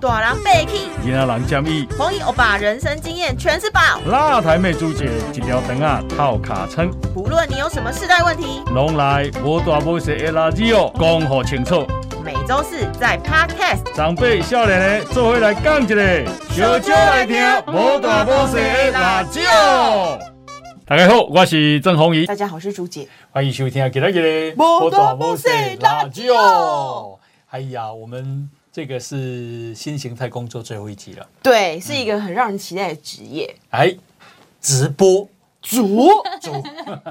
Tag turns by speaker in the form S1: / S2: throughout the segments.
S1: 大人被气，
S2: 囡仔人建议，
S1: 黄奕欧巴人生经验全是宝。
S2: 辣台妹主姐一条肠啊套卡称，
S1: 不论你有什么世代问题，
S2: 拢来无大无小的垃圾哦，讲好清楚。
S1: 每周四在 Podcast
S2: 长辈少年的做伙来讲一个，
S1: 小少来听无大无小的辣椒。
S2: 大家好，我是郑宏仪，
S1: 大家好，我是朱姐。
S2: 欢迎收听今天的
S1: 无大无小的辣椒。
S3: 哎呀，我们这个是新形态工作最后一集了。
S1: 对，是一个很让人期待的职 业，
S3: 哎，直播
S1: 主
S3: 主，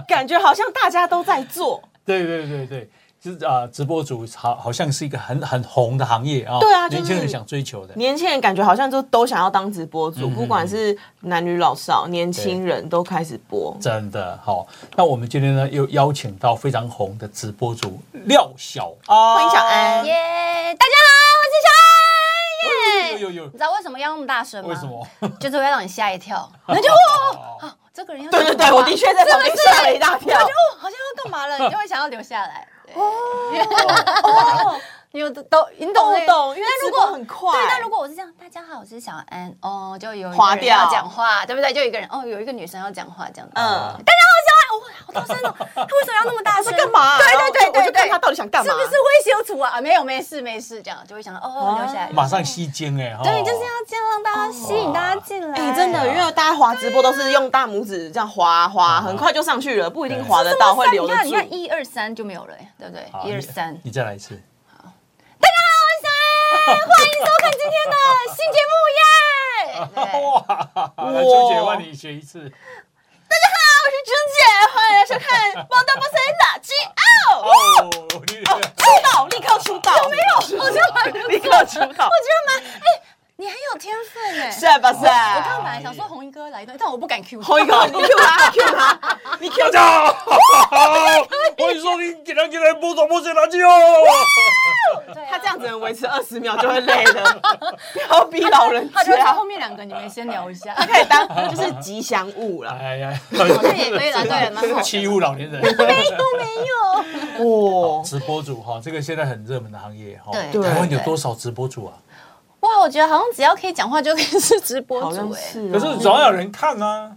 S1: 感觉好像大家都在做。
S3: 对对对对，就是啊、直播主好好像是一个很很红的行业啊、
S1: 对啊就是
S3: 年轻人想追求的。
S1: 年轻人感觉好像就都想要当直播主，不管是男女老少，年轻人都开始播。
S3: 真的好，那我们今天呢又邀请到非常红的直播主廖啊小安，
S1: 欢迎小安
S4: 耶、大家好，我是小安。耶、
S3: 有有有有
S4: 你知道为什么要那么大声吗？
S3: 为什么？
S4: 就是会让你吓 一跳，你就哦，啊这个人要
S1: 对对对，我的确在旁边吓了一大跳
S4: 我就。哦，好像要干 嘛了，你就会想要留下来。
S1: 哦，
S4: 你有都你懂
S1: 懂
S4: 那个
S1: 懂，因为
S4: 但
S1: 直
S4: 如
S1: 播
S4: 果
S1: 很快。
S4: 对，但如果我是这样，大家好，我是小安，哦，就有一
S1: 划
S4: 个人
S1: 掉
S4: 要讲话，对不对？就有一个人，哦，有一个女生要讲话，这样子。
S1: 嗯，
S4: 好大声 哦，他为什么要那么大声？
S1: 在干嘛？啊
S4: 对对对
S1: 我
S4: 对
S1: 就
S4: 对
S1: 看他到底想干嘛。
S4: 是不是会羞耻啊？啊没有，没事没事，这样就会想到哦，
S1: 啊
S4: 留下来。
S3: 马上吸睛哎、哈
S4: 对，就是要这样让大家吸引大家进来。
S1: 哎、嗯真的，因为大家滑直播都是用大拇指这样滑滑，很快就上去了，不一定滑得到，会留得
S4: 你看，
S1: 住
S4: 你。看一二三就没有了，哎对不对？
S3: 好
S4: 一二
S3: 你
S4: 三，
S3: 你再来一次。
S4: 欢迎收看今天 的新节 目耶！对我
S3: 哇， 来朱姐万你学一次。
S4: 是朱姐，欢迎来收看《报道不谁垃圾哦，
S3: 哦，你
S1: 出道，立刻出道！没有，
S4: 我觉得蛮，
S1: 立刻出道，
S4: 我觉得蛮，哎，你很有天分哎！
S1: 是不是？
S4: 我刚刚本来想说红衣哥来一段，但我不敢 Q
S1: 红一个，你 Q 他，Q 他，你 Q
S2: 大家好， 欢迎收听今天今天无大无小的辣椒。
S4: 对啊
S1: 他这样只能维持二十秒就会累了，不要逼老人
S4: 他就会说
S1: 家
S4: 后。面两个你们先聊一 下。
S1: 他可以当就是吉祥物了，
S3: 哎呀，
S4: 像也可 以啦对蛮好的
S3: 欺负老年人。
S1: 哇！
S3: 直播主哈，这个现在很热门的行业哈。
S4: 对
S3: 台湾
S4: 对
S3: 有多少直播主啊？
S4: 哇，我觉得好像只要可以讲话就可以是直播
S1: 好
S4: 主
S1: 像
S4: 哎。
S1: 是哦，
S3: 可是总要有人看啊。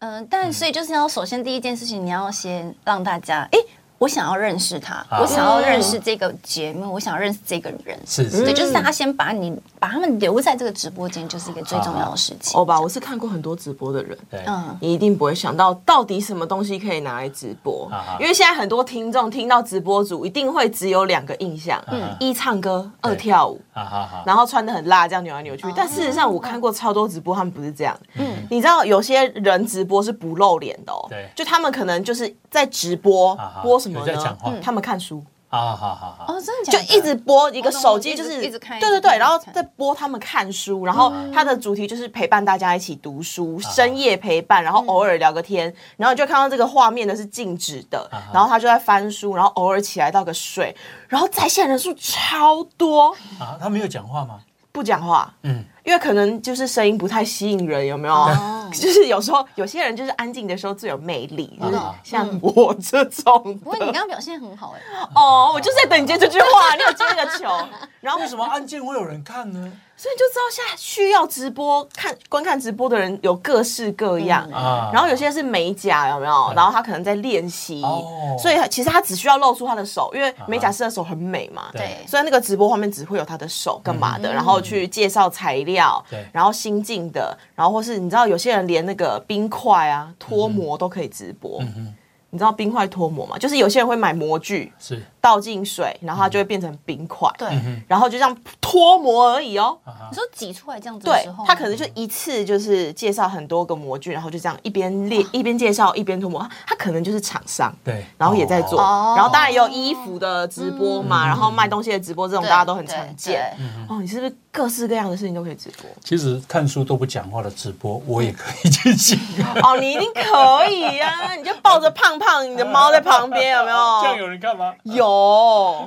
S4: 嗯，但所以就是要首先第一件事情，你要先让大家，哎、我想要认识他，
S3: 啊
S4: 我想要认识这个节目，我想要认识这个人。
S3: 是
S4: 对，
S3: 是，
S4: 就是大家先把你把他们留在这个直播间，就是一个最重要的事情。
S1: 欧巴，我是看过很多直播的人，
S3: 对，
S4: 嗯，
S1: 你一定不会想到到底什么东西可以拿来直播
S3: 啊哈，
S1: 因为现在很多听众听到直播主一定会只有两个印象，一唱歌，二跳舞。
S3: 哈啊哈哈。
S1: 然后穿的很辣，这样扭来扭去。但事实上，我看过超多直播，他们不是这样。嗯，你知道有些人直播是不露脸的哦。
S3: 对
S1: 就他们可能就是在直播
S3: 啊哈
S1: 播什么
S3: 有在讲
S1: 呢
S3: 话？
S4: 嗯
S1: 他们看书，
S3: 啊哈哈哈。
S4: 哦，真的
S1: 就
S4: 假的？
S1: 一直播一个
S4: 哦我懂
S1: 手机，
S4: 一
S1: 就
S4: 直
S1: 是
S4: 一直看
S1: 对
S4: 一
S1: 对
S4: 直
S1: 对，
S4: 看
S1: 然后
S4: 一直看嗯
S1: 在播他们看书，然后它的主题就是陪伴大家一起读
S3: 啊
S1: 书，深夜陪伴，然后
S4: 嗯
S1: 偶尔聊个天，然后你就看到这个画面呢是静止的，
S3: 啊
S1: 然后他就在翻书，然后偶尔起来倒个水，然后在线人数超多，
S3: 啊，他没有讲话吗？
S1: 不讲话，
S3: 嗯，
S1: 因为可能就是声音不太吸引人，有没有？
S3: 哦
S1: 就是有时候有些人就是安静的时候最有魅力，就是
S3: 啊
S1: 像我这种
S4: 不过你刚刚表现很 好哎、
S1: 哦，我就是在等你接这句话，你有接个球， 然后
S3: 为什么案件会有人看呢？
S1: 所以你就知道现在需要直播看观看直播的人有各式各样。
S3: 啊嗯
S1: 然后有些是美甲有没有？然后他可能在练习
S3: 哦，啊
S1: 所以其实他只需要露出他的手，因为美甲师的手很美嘛。
S3: 对
S1: 所以那个直播画面只会有他的手干嘛
S4: 嗯
S1: 的，然后去介绍材料
S3: 对，
S1: 然后新进的，然后或是你知道有些人连那个冰块啊、
S4: 嗯
S1: 脱模都可以直播。
S3: 嗯
S1: 你知道冰块脱模吗？就是有些人会买模具，
S3: 是
S1: 倒进水，然后它就会变成冰块，
S4: 嗯对，啊
S1: 然后就这样脱模而已哦。
S4: 你说挤出来这样子的
S1: 对
S4: 时候，
S1: 他可能就一次就是介绍很多个模具，然后就这样一边列一边介绍一边脱模，他他可能就是厂商。
S3: 对，
S1: 然后也在做，
S4: 哦嗯
S1: 然后当然也有衣服的直播嘛，然后卖东西的直播，这种
S4: 对
S1: 大家都很常见。
S4: 对对
S1: 哦，你是不是各式各样的事情都可以直播？
S3: 其实看书都不讲话的直播，我也可以进行。
S1: 哦，你一定可以呀、你就抱着胖胖胖，你的猫在旁边有没有？
S3: 这样有人看吗？
S1: 有。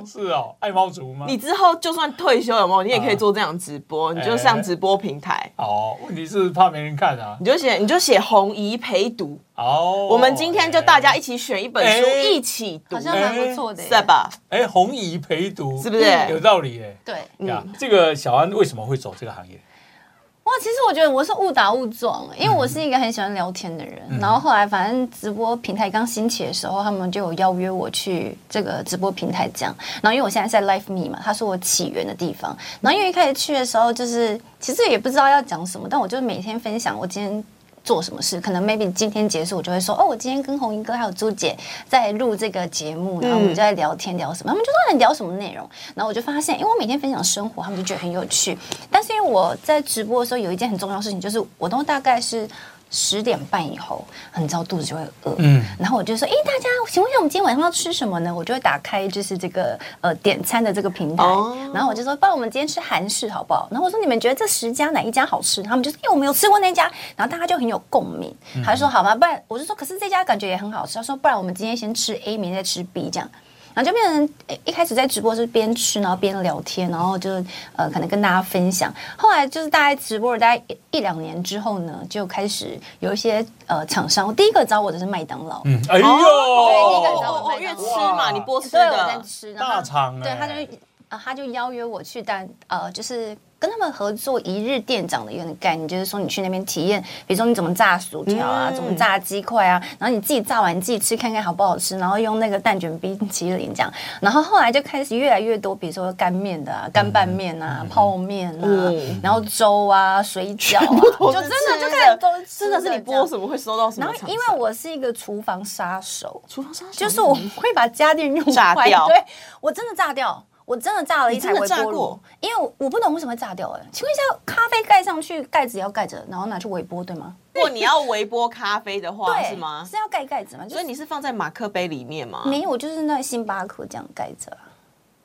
S3: 是哦，爱猫族吗？
S1: 你之后就算退休有没有？你也可以做这样的直播，你就上直播平台，
S3: 哦，问题是怕没人看啊。
S1: 你就写你就写红姨陪读。
S3: 哦，
S1: 我们今天就大家一起选一本书
S3: 哎
S1: 一起读
S4: 好，像蛮不错的耶。欸
S1: 是吧？
S3: 哎，红姨陪读
S1: 是不嗯是
S3: 有道理哎？
S4: 对，
S3: 呀，这个小安为什么会走这个行业？
S4: 哇，其实我觉得我是误打误撞，因为我是一个很喜欢聊天的人。然后后来反正直播平台刚兴起的时候，他们就有邀约我去这个直播平台讲。然后因为我现在在 Life Me 嘛，它是我起源的地方。然后因为一开始去的时候，就是其实也不知道要讲什么，但我就每天分享我今天。做什么事，可能 maybe 今天结束，我就会说哦，我今天跟红英哥还有朱姐在录这个节目，然后我们就在聊天聊什么，他们就说那你聊什么内容，然后我就发现，因为我每天分享生活，他们就觉得很有趣。但是因为我在直播的时候有一件很重要的事情，就是我都大概是。十点半以后，你知道肚子就会饿，
S3: 嗯
S4: 然后我就说，哎、大家，请问一下，我们今天晚上要吃什么呢？我就会打开就是这个呃点餐的这个平台，
S1: 哦
S4: 然后我就说，不然我们今天吃韩式好不好？然后我说，你们觉得这十家哪一家好吃？他们就说，哎、我们有吃过那家，然后大家就很有共鸣。他就说，好吧，不然我就说，可是这家感觉也很好吃。他说，不然我们今天先吃 A，明天再吃 B 这样。然后就变成诶一开始在直播是边吃，然后边聊天，然后就呃可能跟大家分享。后来就是大概直播了大概一一两年之后呢，就开始有一些呃厂商，第一个找我的是麦当劳，
S3: 嗯，哎呦，
S4: 哦对第一个找我
S1: 哦，
S4: 麦当劳
S1: 因为吃嘛，
S3: 哇
S1: 你播吃
S4: 对，我在
S1: 的，
S4: 吃，啊然后
S3: 大厂
S4: 对，
S3: 哎
S4: 他就呃，他就邀约我去当呃，就是跟他们合作一日店长的一个概念，就是说你去那边体验，比如说你怎么炸薯条啊，
S1: 嗯
S4: 怎么炸鸡块啊，然后你自己炸完你自己吃看看好不好吃，然后用那个蛋卷冰淇淋这样，然后后来就开始越来越多，比如说干面的、啊、干拌面啊、泡面啊，
S1: 嗯
S4: 然后粥啊、水饺啊，
S1: 哦
S4: 就真的就开始都
S1: 真的是你播什
S4: 么。
S1: 么会收到什么
S4: 然后
S1: 厂商？，
S4: 因为我是一个厨房杀手，
S1: 厨房杀手
S4: 就是我会把家电用
S1: 炸
S4: 坏
S1: 掉
S4: 对我真的炸掉。我真的炸了一
S1: 你
S4: 台
S1: 真的
S4: 微
S1: 炸
S4: 波炉
S1: 过，
S4: 因为我我不懂为什么会炸掉哎、请问一下，咖啡盖上去盖子也要盖着，然后拿去微波对吗？
S1: 如果你要微波咖啡的话，
S4: 对，
S1: 是吗？
S4: 是要盖盖子吗？就
S1: 所以
S4: 是
S1: 你是放在马克杯里面吗？
S4: 没有，就是那星巴克这样盖着啊，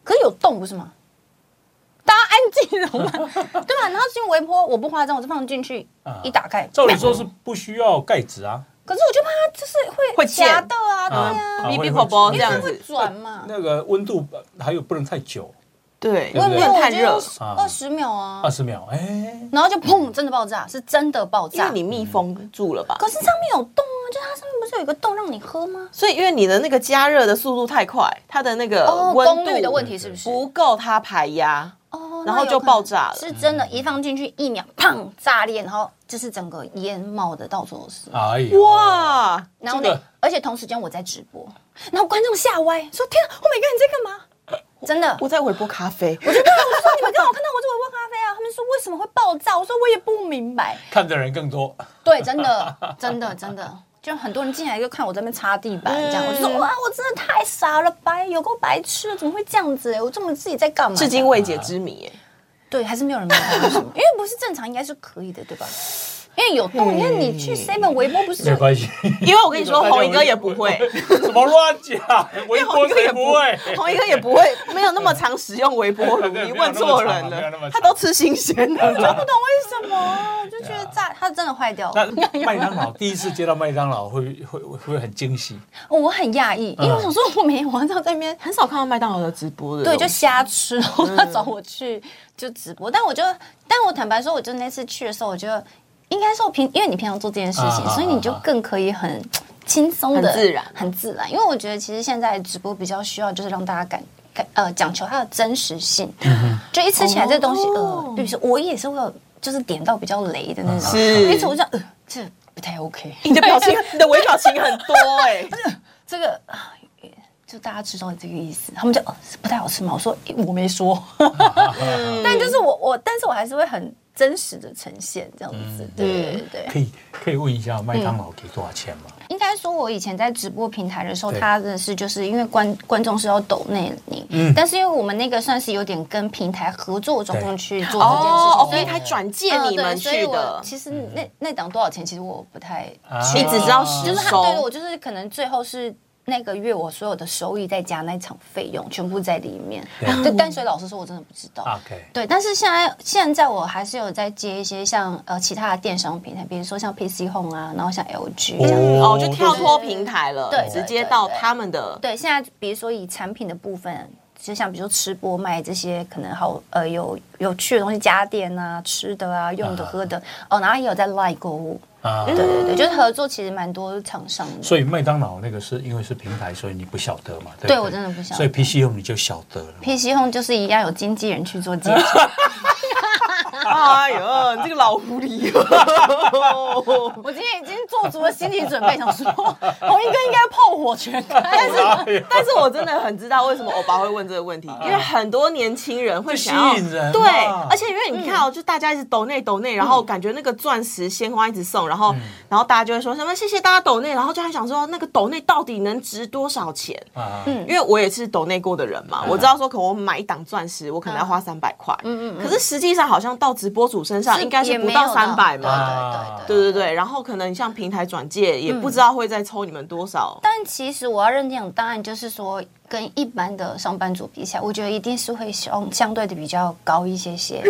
S4: 可是有洞不是吗？大家安静好吗？ 对啊吧？然后进微波，我不夸张，我就放进去
S3: 啊
S4: 一打开，
S3: 照理说是不需要盖子啊，
S4: 可是我就怕它就是会
S1: 会溅
S4: 夹到啊，对
S3: 啊
S4: 啊，
S1: 哔
S3: 会
S1: 哔
S3: 会
S1: 宝宝
S3: 会
S1: 这样
S4: 会
S1: 子，
S4: 转嘛。
S3: 那个温度呃还有不能太久，
S1: 对，
S3: 对
S1: 因
S3: 不对
S1: 为太热，
S3: 啊
S4: 二十秒啊
S3: 二，十秒，哎，
S4: 然后就砰，真的爆炸，是真的爆
S1: 因
S4: 炸。
S1: 为你密封住了吧？
S4: 可是上面有洞啊，就是它上面不是有一个洞让你喝吗？
S1: 所以因为你的那个加热的速度太快，它的那个
S4: 哦，
S1: 温
S4: 功
S1: 度
S4: 率的问题是不是？
S1: 不够它排压，
S4: 哦，
S1: 然后就爆炸了
S4: 那有可能是真的，一放进去一秒，砰，炸裂，然后就是整个烟冒的到处都是。
S3: 哎呀，
S1: 哇！
S4: 然后
S3: 这
S4: 呢
S3: 个，
S4: 而且同时间我在直播，然后观众吓歪，说：“天啊，Oh my god，你在干嘛？”真的，
S1: 我在微波咖啡，
S4: 我就对我说：“你们刚好看到我这微波咖啡啊？”他们说：“为什么会爆炸？”我说：“我也不明白。
S3: 看的人更多，”
S4: 对，真的，真的，真的。就很多人进来就看我这边擦地板，
S3: 嗯
S4: 这样、我就说哇，我真的太傻了，白有够白痴的，怎么会这样子、欸？我这么自己在干嘛？
S1: 至今未解之谜耶。
S4: 对，还是没有人明白为 什么，因为不是正常应该是可以的，对吧？因为有洞，你看你去 Seven 微波不是
S3: 没关系。
S1: 因为我跟你说，红一哥也不会，
S3: 什么乱讲，微波谁不会？
S1: 红一哥也不会，没有那么常使用微波炉，
S3: 对
S1: 你问错人
S3: 没有那么
S1: 了
S3: 长，
S1: 他都吃新鲜的。
S4: 不懂为什么，我就觉得炸，它真的坏掉
S3: 那
S4: 了。
S3: 麦当劳第一次接到麦当劳会会会会很惊喜，
S4: 哦我很讶异，因为我想说我没有，我按照在那边
S1: 很少看到麦当劳的直播的，
S4: 对，就瞎吃，然后
S1: 嗯
S4: 他找我去就直播，但我就，但我坦白说，我就那次去的时候，我就应该说我平，因为你平常做这件事情，
S3: 啊啊啊
S4: 所以你就更可以很轻松的、
S1: 很自然
S4: 很自然。因为我觉得其实现在直播比较需要就是让大家感。感呃，讲求它的真实性，就一吃起来这东西，
S1: 嗯哦
S4: 呃，比如说我也是会有，就是点到比较雷的那种，
S1: 是
S4: 因此我就想呃，这不太 OK，
S1: 你的表情，你的微表情很多 哎。
S4: 这个啊就大家知道这个意思，他们就、呃、不太好吃嘛。我说、诶我没说，
S3: 嗯
S4: 但就是我我，但是我还是会很真实的呈现这样
S3: 嗯
S4: 子，对对对。
S3: 可以可以问一下麦当劳给多少钱吗？
S4: 应该说，我以前在直播平台的时候，
S3: 对
S4: 他的是就是因为观观众是要抖内你，
S3: 嗯
S4: 但是因为我们那个算是有点跟平台合作的状况去做这件事
S1: 哦
S4: 情，所以
S1: ，OK，他转介
S4: 呃
S1: 你们
S4: 对所以
S1: 去
S4: 我
S1: 的，
S4: 其实那那档多少钱，其实我不太
S3: 啊
S1: 你只知道
S4: 就是他
S1: 收
S4: 对我就是可能最后是那个月我所有的收益再加那场费用，全部在里面
S3: 对。啊
S4: 对，但所以老实说，我真的不知道。
S3: OK，
S4: 对，但是现在现在我还是有在接一些像呃其他的电商平台，比如说像 PC Home 啊，然后像 LG 这样。
S1: 哦，就跳脱平台了，
S4: 对对
S1: 直
S4: 对
S1: 接到
S4: 对
S1: 他们的
S4: 对，现在比如说以产品的部分，就像比如说吃播卖这些可能好呃有有趣的东西，家电啊、吃的啊、用的、喝的哦，然后也有在 Line 购物。
S3: 啊，
S4: 对对对，就是合作其实蛮多厂商的。
S3: 所以麦当劳那个是因为是平台，所以你不晓得嘛？对不
S4: 对我真的不晓得
S3: 所以 PC 用你就晓得了。
S4: PC Home 就是一样有经纪人去做接触，
S1: 哎呦，你这个老狐狸！哦
S4: 我今天已经做足了心理准备，想说 红英哥应该炮火全开。
S1: 但是，但是我真的很知道为什么欧巴会问这个问题，因为很多年轻人会想要
S3: 就吸引人嘛
S1: 对，而且因为你看哦，就大家一直抖内抖内，然后感觉那个钻石鲜花一直送，然后然后大家就会说什么谢谢大家抖内，然后就还想说那个抖内到底能值多少钱？
S3: 啊，
S1: 因为我也是抖内过的人嘛，我知道说可能我买一档钻石，我可能要花三百块，嗯嗯，可是实际上好像到直播主身上
S4: 是
S1: 应该是
S4: 也
S1: 不
S4: 没
S1: 到
S4: 有
S1: 三
S4: 到
S1: 百嘛，
S3: 啊
S4: 对对
S1: 对
S4: 对
S1: 对对，然后可能像平台转介也不知道会再抽你们多少，
S4: 但其实我要认定，当然就是说，跟一般的上班族比起来，我觉得一定是会相相对的比较高一些 些。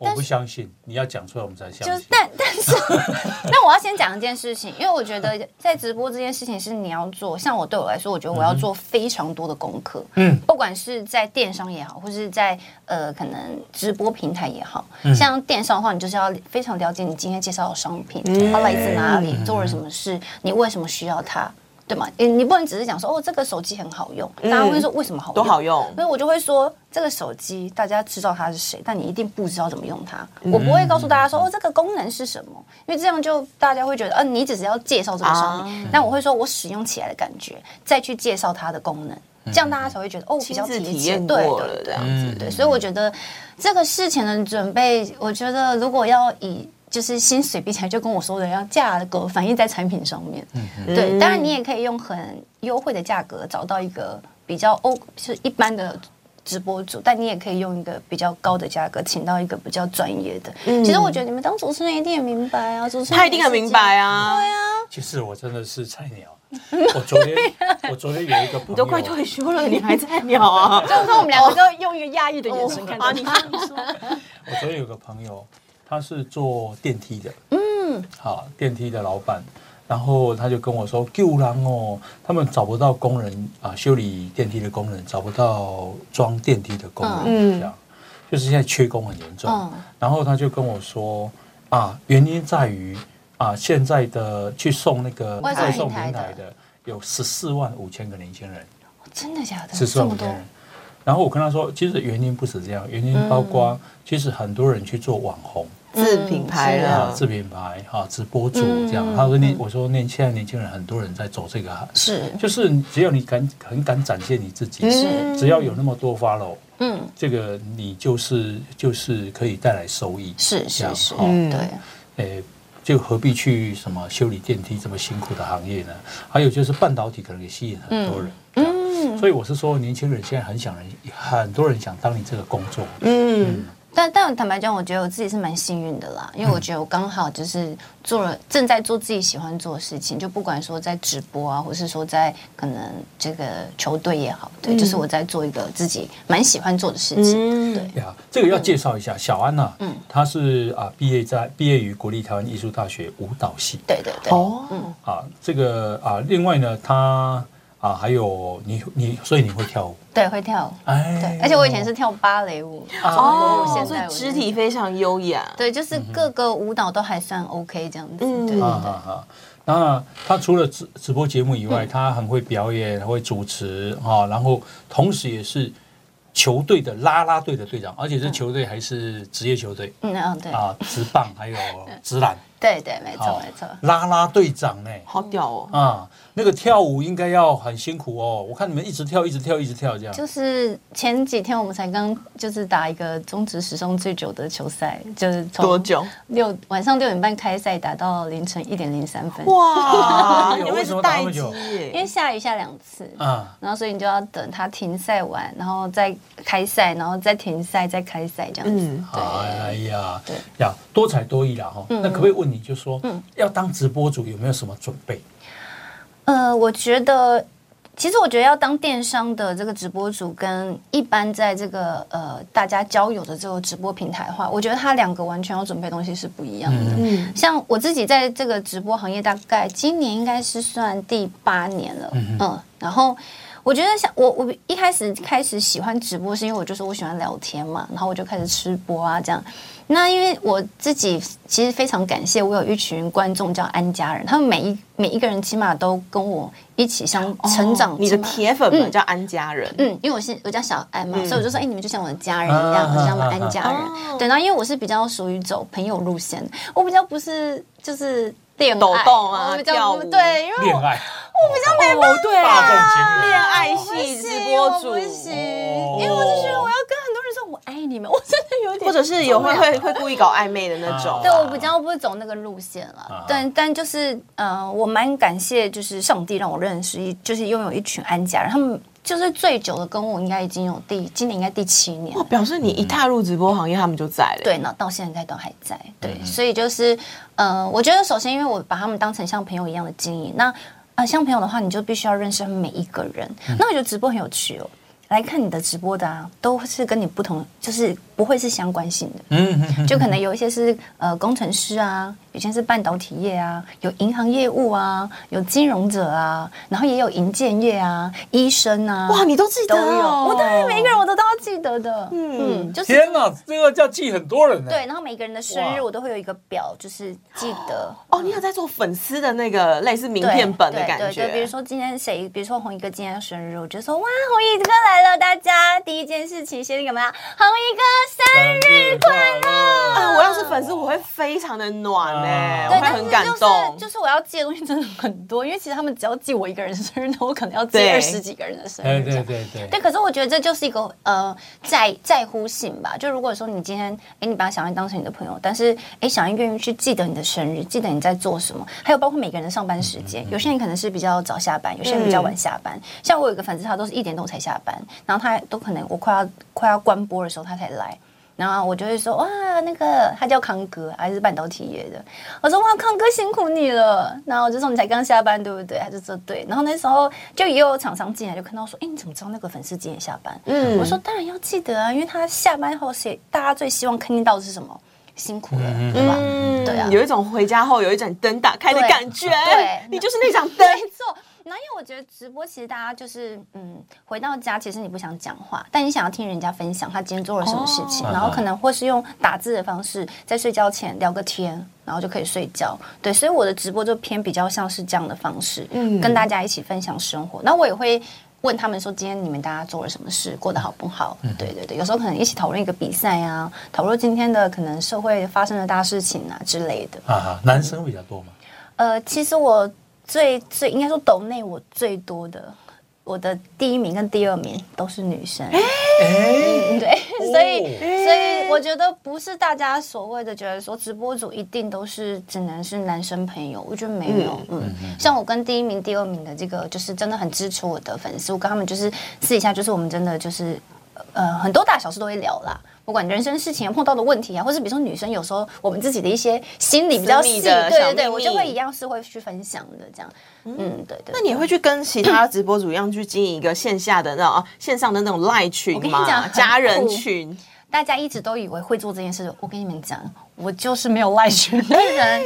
S3: 我不相信，你要讲出来我们才相
S4: 就
S3: 信。
S4: 但 但是，那我要先讲一件事情，因为我觉得在直播这件事情是你要做，像我对我来说，我觉得
S1: 嗯
S4: 我要做非常多的功课，嗯，不管是在电商也好，或是在呃可能直播平台也好，
S1: 嗯
S4: 像电商的话，你就是要非常了解你今天介绍的商品，
S1: 嗯
S4: 它来自哪里，做了什么事，你为什么需要它。对吗？你你不能只是讲说哦，这个手机很好用，大家会说为什么好用？
S1: 多嗯好用
S4: 所以我就会说，这个手机大家知道它是谁，但你一定不知道怎么用它。
S1: 嗯
S4: 我不会告诉大家说哦，这个功能是什么，因为这样就大家会觉得，嗯、你只是要介绍这个商
S1: 啊
S4: 品。但我会说我使用起来的感觉，再去介绍它的功能，这样大家才会觉得哦，比
S1: 嗯亲
S4: 较
S1: 自
S4: 贴
S1: 体
S4: 切。
S1: 验
S4: 对
S1: 过
S4: 对
S1: 了
S4: 对
S1: 这。样
S3: 嗯
S1: 子，
S4: 对，所以我觉得这个事情的准备，我觉得如果要以就是薪水比起来，就跟我说的要价格反映在产品上面。对，
S1: 嗯
S4: 当然你也可以用很优惠的价格找到一个比较欧，就是一般的。直播主，但你也可以用一个比较高的价格，请到一个比较专业的。其实我觉得你们当主持人一定也明白啊，主持人
S1: 他一定很明白啊，对啊，
S3: 其实我真的是菜鸟。我昨天，我昨天有一个 朋友，
S1: 你都快退休了，你还在鸟啊？
S4: 也是这样。就是我们两个就用一个压抑的眼神看
S1: 啊，你
S4: 着你。
S1: 说你说，
S3: 我昨天有个朋友，他是坐电梯的，嗯，好，电梯的老板，然后他就跟我说，救人哦，他们找不到工人啊，修理电梯的工人找不到装电梯的工人，
S1: 嗯
S3: 这样，就是现在缺工很严重。
S4: 嗯
S3: 然后他就跟我说，啊，原因在于啊，现在的去送那个
S4: 外送
S3: 外送
S4: 平台
S3: 平台
S4: 的
S3: 的有十四万五千个年轻人。
S4: 哦真的假的？
S3: 是
S4: 这
S3: 算
S4: 么
S3: 不
S4: 多
S3: 多。然后我跟他说，其实原因不止这样，原因包括其实很多人去做网红
S1: 自品牌
S4: 嗯
S1: 了
S3: 啊、，自品牌啊、直播主这样
S4: 嗯。
S3: 他说年，我说年现在年轻人很多人在走这个行，
S4: 是，
S3: 就是只要你敢很敢展现你自己，
S1: 嗯
S3: 只要有那么多 follow，
S4: 嗯，
S3: 这个你就是就是可以带来收益。
S4: 是
S3: 这
S4: 是
S3: 样
S4: 是，
S3: 哦
S1: 嗯
S4: 对。
S3: 诶，就何必去什么修理电梯这么辛苦的行业呢？还有就是半导体可能也吸引很多人。嗯，所以我是说，年轻人现在很想人，很多人想当你这个工作。
S1: 嗯，
S4: 但但坦白讲，我觉得我自己是蛮幸运的啦，因为我觉得我刚好就是做了正在做自己喜欢做的事情，就不管说在直播啊，或是说在可能这个球队也好，对，就是我在做一个自己蛮喜欢做的事情，
S1: 嗯
S4: 对，
S3: 呀，这个要介绍一下，小安呐，嗯，她是啊毕业在毕业于国立台湾艺术大学舞蹈系
S4: 对对对，
S1: 哦，
S3: 啊，这个啊，另外呢，她啊还有你你，所以你会跳舞，
S4: 对，会跳舞，
S3: 哎
S4: 对，而且我以前是跳芭蕾舞，
S1: 嗯哦，
S4: 现
S1: 所
S4: 在
S1: 以
S4: 我
S1: 肢体非常优雅，
S4: 对，就是各个舞蹈都还算 OK 这样子，
S1: 嗯
S4: 对对
S3: 啊
S4: 对，
S3: 啊啊！那他除了直直播节目以
S4: 嗯
S3: 外，他很会表演，很会主持哈、然后同时也是球队的啦啦队的队长，而且这球队还是职业球队、
S4: 嗯嗯对，
S3: 啊，直 棒还有直篮，
S4: 对对没
S3: 好
S4: 错没错，
S3: 啦啦队长呢
S1: 好屌哦，
S3: 啊，那个跳舞应该要很辛苦哦，我看你们一直跳，一直跳，一直跳这样。
S4: 就是前几天我们才刚就是打一个中职史上最久的球赛，就是从
S1: 多久？
S4: 六晚上六点半开赛，打到凌晨一点零三分。
S1: 哇，
S3: 哎呦
S1: 你们
S3: 为什
S1: 是
S3: 么打那
S1: 待
S3: 么
S1: 机
S3: 久
S1: 耶，
S4: 因为下雨下两次，
S1: 嗯
S3: 啊，
S4: 然后所以你就要等它停赛完，然后再开赛，然后再停赛，再开赛这样子。
S1: 嗯
S3: 哎呀
S4: 对，嗯
S3: 呀，多才多艺啦哈、那可不可以问你，就说、要当直播主有没有什么准备？
S4: 嗯、呃，我觉得。其实我觉得要当电商的这个直播主，跟一般在这个呃大家交友的这个直播平台的话，我觉得它两个完全要准备的东西是不一样的。
S1: 嗯，
S4: 像我自己在这个直播行业，大概今年应该是算第八年了，嗯然后我觉得像我我一开始开始喜欢直播，是因为我就说我喜欢聊天嘛，然后我就开始吃播啊这样。那因为我自己其实非常感谢，我有一群观众叫安家人，他们每一每一个人起码都跟我一起相成长，
S1: 哦你的
S4: 起码
S1: 铁粉们叫安家人，
S4: 嗯，因为我是我叫小安嘛，
S1: 嗯
S4: 所以我就说，哎、你们就像我的家人
S3: 啊
S4: 一样，我就
S3: 啊
S4: 像我
S3: 啊
S4: 的安家人。对，然后因为我是比较属于走朋友路线，我比较不是就是恋爱
S1: 抖动啊
S4: 我比较
S1: 跳舞
S4: 对，因为
S3: 恋
S4: 我
S3: 爱，我比较没
S1: 哦，对
S3: 大
S1: 啊，
S3: 众情人，
S1: 恋爱
S4: 不
S1: 系直
S4: 行
S1: 播
S4: 我
S1: 主，
S4: 不行，
S3: 哦
S4: 因为我就觉得我要跟很多人说我爱你们，我真的有点
S1: 或者是有会会会故意搞暧昧的那种
S3: 啊，
S4: 对，我比较不会走那个路线了
S3: 啊。
S4: 但但就是，呃，我蛮感谢，就是上帝让我认识一，就是拥有一群安家人，他们就是最久的跟我应该已经有第，今年应该第七年
S1: 哦，。表示你一踏入直播行业，他们就在了。
S4: 对，那到现在应该都还在。对，
S1: 嗯
S4: 所以就是，呃，我觉得首先，因为我把他们当成像朋友一样的经营，那啊、呃像朋友的话，你就必须要认识他们每一个人。
S1: 嗯
S4: 那我觉得直播很有趣哦。来看你的直播的啊，都是跟你不同，就是不会是相关性的，
S3: 嗯嗯嗯
S4: 就可能有一些是呃工程师啊，有些是半导体业啊，有银行业务啊，有金融者啊，然后也有银建业啊，医生啊，
S1: 哇，你都记得
S4: 都有，
S1: 哦！
S4: 我当然每一个人我都都要记得的，
S1: 嗯
S4: 嗯嗯，就是
S3: 天哪，这个叫记很多人呢。
S4: 对，，然后每个人的生日
S3: 哇
S4: 我都会有一个表，就是记得。
S1: 哦，你有在做粉丝的那个类似名
S4: 对
S1: 片本的
S4: 对
S1: 感
S4: 对
S1: 觉，
S4: 对，比如说今天谁，比如说红衣哥今天生日，我就说哇，红衣哥来了，大家第一件事情先干嘛？红衣哥生日
S3: 日快乐
S1: 啊，我要是粉丝，我会非常的暖哎、
S3: 啊
S1: 我
S4: 对，
S1: 会
S4: 但
S1: 很
S4: 是
S1: 感动。
S4: 就是就是我要记的东西真的很多，因为其实他们只要记我一个人的生日，那我可能要记
S1: 对
S4: 二十几个人的生
S3: 对
S4: 日这
S3: 对
S4: 样。
S3: 对对，
S4: 对，可是我觉得这就是一个呃在在乎性吧。就如果说你今天，哎，你把小英当成你的朋友，但是哎，小英愿意去记得你的生日，记得你在做什么，还有包括每个人的上班时间，有些人可能是比较早下班，有些人比较晚下班。像我有一个粉丝，他都是一点多才下班，然后他都可能我快要快要关播的时候他才来。然后我就会说哇，那个他叫康哥，还是半导体业的。我说哇，康哥辛苦你了。然后我就说你才刚下班对不对？他就说对。然后那时候就也有厂商进来，就看到说，哎，你怎么知道那个粉丝几点下班？
S1: 嗯
S4: 我说当然要记得啊，因为他下班后谁大家最希望看见到的是什么？辛苦了，
S3: 嗯
S4: 对吧？
S1: 嗯
S4: 对啊
S1: 有一种回家后有一盏灯打开的感觉，
S4: 对
S1: 你就是那盏灯。
S4: 没错。然后因为我觉得直播其实大家就是嗯，回到家其实你不想讲话，但你想要听人家分享他今天做了什么事情，
S3: 哦
S4: 然后可能或是用打字的方式在睡觉前聊个天，然后就可以睡觉。对，所以我的直播就偏比较像是这样的方式，
S1: 嗯
S4: 嗯，跟大家一起分享生活。那我也会。问他们说今天你们大家做了什么事，过得好不好？对对对，有时候可能一起讨论一个比赛啊，讨论今天的可能社会发生的大事情啊之类的。
S3: 啊，男生比较多嘛，
S4: 呃，其实我最最应该说抖内我最多的，我的第一名跟第二名都是女生，嗯
S3: 哎，
S4: 对，所以、
S3: 哦
S4: 所以我觉得不是大家所谓的觉得说直播主一定都是只能是男生朋友，我觉得没有，嗯，像我跟第一名、第二名的这个就是真的很支持我的粉丝，我跟他们就是私底下就是我们真的就是呃，很多大小事都会聊啦，不管人生事情啊、碰到的问题啊，或是比如说女生有时候我们自己的一些心理比较
S1: 私密
S4: 细，
S1: 的
S4: 对
S1: 小
S4: 对
S1: 秘密
S4: 对，我就会一样是会去分享的这样。嗯，对对。
S1: 那你也会去跟其他直播主一样去经营一个线下的那种、啊、线上的那种赖群
S4: 我跟你讲
S1: 嘛，
S4: 很
S1: 家人
S4: 酷
S1: 群，
S4: 大家一直都以为会做这件事，我跟你们讲，我 就是没有赖群的人，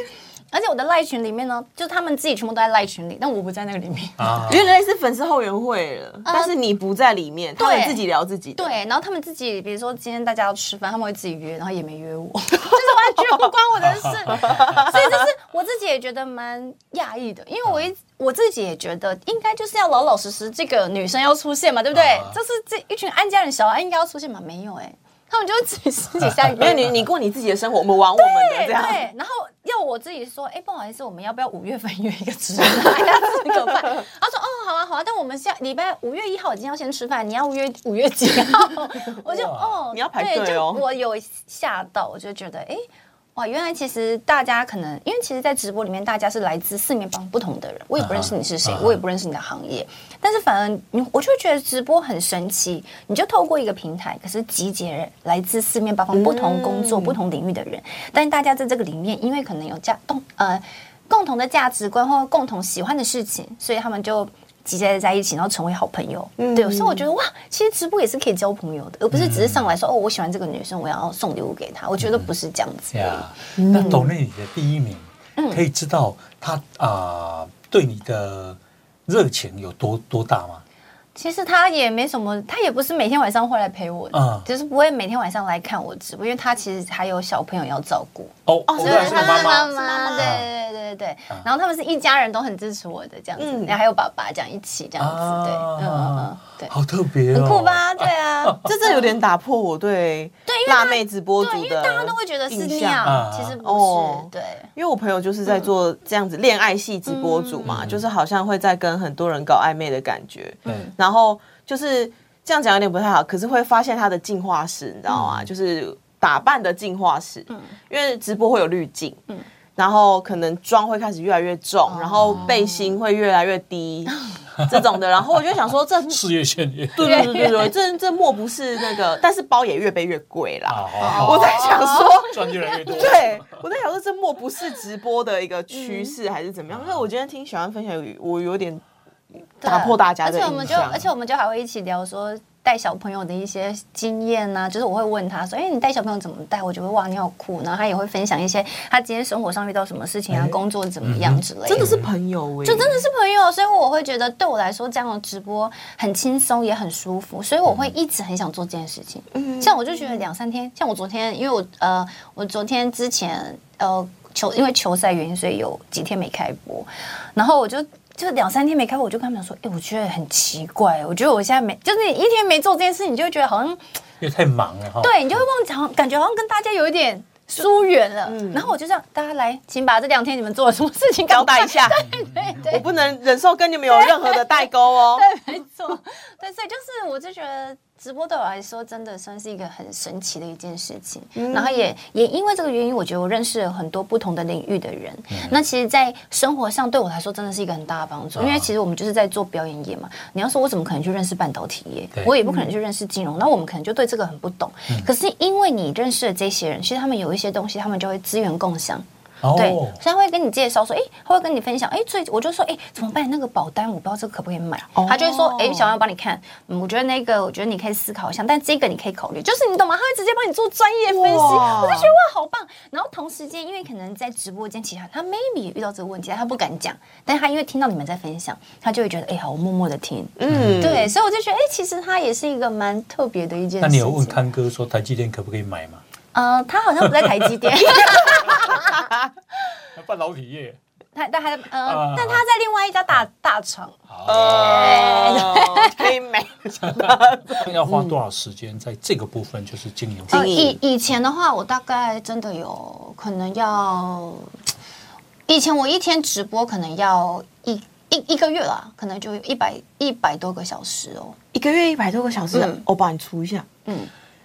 S4: 而且我的赖群里面呢，就他们自己全部都在赖群里，但我不在那个里面。
S3: 啊
S1: 有点类似粉丝后援会了，但是你不在里面，他们
S4: 对
S1: 自己聊自己的。
S4: 对，然后他们自己，比如说今天大家要吃饭，他们会自己约，然后也没约我， 就是完全不关 我的事。所以就是我自己也觉得蛮讶异的，因为我
S1: 嗯
S4: 一我自己也觉得应该就是要老老实实，这个女生要出现嘛，对不对
S1: 嗯
S3: 啊？
S4: 就是这一群安家人小安应该要出现嘛，没有哎、他们就自己私底 下约。
S1: 因为你你过你自己的生活，我们玩我们的
S4: 对
S1: 这样。
S4: 对，然后要我自己说，哎，不好意思，我们要不要五月份约一个吃饭， 大家吃个饭？他说，哦，好啊，好啊，但我们下礼拜五月一号已经要先吃饭，你要约五月几号？ 我就哦，
S1: 你要排
S4: 对
S1: 队哦
S4: 就我有吓到，我就觉得，哎。哇，原来其实大家可能，因为其实，在直播里面，大家是来自四面八方不同的人，我也不认识你是谁，
S1: 嗯
S3: 啊哈
S4: 我也不认识你的行业，但是反而你，我就会觉得直播很神奇，你就透过一个平台，可是集结来自四面八方不同工作、不同领域的人，但大家在这个里面，因为可能有家动呃。共同的价值观或共同喜欢的事情，所以他们就。集结在一起，然后成为好朋友。对，所以我觉得哇，其实直播也是可以交朋友的，而不是只是上来说、哦，我喜欢这个女生，我要送礼物给她。我觉得不是这样子。
S3: 呀，那抖内你的第一名，可以知道他啊对你的热情有多多大吗？
S4: 其实他也没什么，他也不是每天晚上会来陪我的，
S3: 嗯
S4: 就是不会每天晚上来看我直播，因为他其实还有小朋友要照顾。
S3: 哦，
S1: 哦
S3: 我
S1: 所以
S3: 来是个
S1: 他
S3: 妈妈，
S1: 是妈妈
S4: 对对对对对。然后他们是一家人都很支持我的这样子，
S1: 嗯
S4: 然后还有爸爸这样一起这样子，对，嗯嗯嗯，对，
S3: 好特别哦，
S4: 很酷？吧？对啊，
S1: 这真的有点打破我对
S4: 对因为
S1: 辣妹直播
S4: 对，
S1: 主
S4: 因
S1: 的
S4: 为大家都会觉得是那
S1: 印
S4: 样，
S1: 象
S3: 啊
S4: 其实不是，
S1: 哦
S4: 对。
S1: 因为我朋友就是在做这样子恋爱系直播主嘛，就是好像会在跟很多人搞暧昧的感觉，
S3: 对，
S1: 然后就是这样讲有点不太好，可是会发现他的进化史，你知道
S4: 嗯
S1: 吗？就是打扮的进化史，因为直播会有滤镜，
S4: 嗯
S1: 然后可能妆会开始越来越重，
S4: 哦
S1: 然后背心会越来越 低这种的，然后我就想说这。
S3: 事业线也
S1: 对对对对对，这这莫不是那个，但是包也越背越贵啦。
S4: 哦
S3: 啊，好
S1: 我
S3: 好
S1: 在想说，
S3: 赚越来越 多，
S1: 对，我在想说，这莫不是直播的一个
S4: 嗯
S1: 趋势还是怎么样？因为我今天听小安分享，我有点
S4: 对
S1: 打破大家的
S4: 而且我们就，
S1: 印象
S4: 而且我们就还会一起聊说带小朋友的一些经验呐、就是我会问他说：“哎、你带小朋友怎么带？”我觉得哇，你好酷。然后他也会分享一些他今天生活上遇到什么事情啊，
S3: 哎
S4: 工作怎么样之类的。
S1: 真的是朋友哎、
S4: 就真的是朋友，所以我会觉得对我来说，这样的直播很轻松，也很舒服，所以我
S1: 嗯
S4: 会一直很想做这件事情。像我就觉得两三天，像我昨天，因为我呃，我昨天之前呃球因为球赛原因，所以有几天没开播，然后我就。就两三天没开播，我就跟他们讲说，哎、我觉得很奇怪，我觉得我现在没，就是你一天没做这件事，你就会觉得好像
S3: 因为太忙了哈。
S4: 对你就会
S1: 嗯
S4: 忘记，好像感觉好像跟大家有一点疏远了。然后我就这样，大家来，请把这两天你们做了什么事
S1: 嗯
S4: 情
S1: 交
S4: 赶快
S1: 代一下，
S4: 对对
S1: 我不能忍受跟你们有任何的代沟 哦。
S4: 没错，对，所以就是我就觉得直播对我来说真的算是一个很神奇的一件事情，然后也也因为这个原因，我觉得我认识了很多不同的领域的人。那其实，在生活上对我来说真的是一个很大的帮助，因为其实我们就是在做表演业嘛。你要说我怎么可能去认识半导体业
S3: 对，
S4: 我也不可能去认识金融，那我们可能就对这个很不懂。可是因为你认识了这些人，其实他们有一些东西，他们就会资源共享。
S3: 哦，
S4: 对，所以他会跟你介绍说，哎、他会跟你分享，哎、最我就说，哎、怎么办？那个保单我不知道这个可不可以买，
S3: 哦
S4: 他就会说，哎、小杨我帮你看，嗯，我觉得那个我觉得你可以思考一下，但这个你可以考虑，就是你懂吗？他会直接帮你做专业分析，
S1: 哇
S4: 我就觉得哇，好棒。然后同时间，因为可能在直播间，其他他 maybe 也遇到这个问题，但他不敢讲，但他因为听到你们在分享，他就会觉得，哎、好，我默默的听，
S1: 嗯，
S4: 对，所以我就觉得，哎、其实他也是一个蛮特别的一件事情。
S3: 那你有问康哥说台积电可不可以买吗？
S4: 呃，他好像不在台 积电。
S3: 半导体业，
S4: 他但还呃，
S3: 啊
S4: 但他在另外一家大大厂，
S1: 呃，可以美，
S3: 要花多少时间在这个部分就是经营？
S1: 经
S4: 呃，
S1: 营
S4: 以以前的话，我大概真的有可能要，以前我一天直播可能要一一一个月啦，可能就一百一百多个小时哦。
S1: 一个月一百多个小时
S4: 嗯，
S1: 我帮你除一下，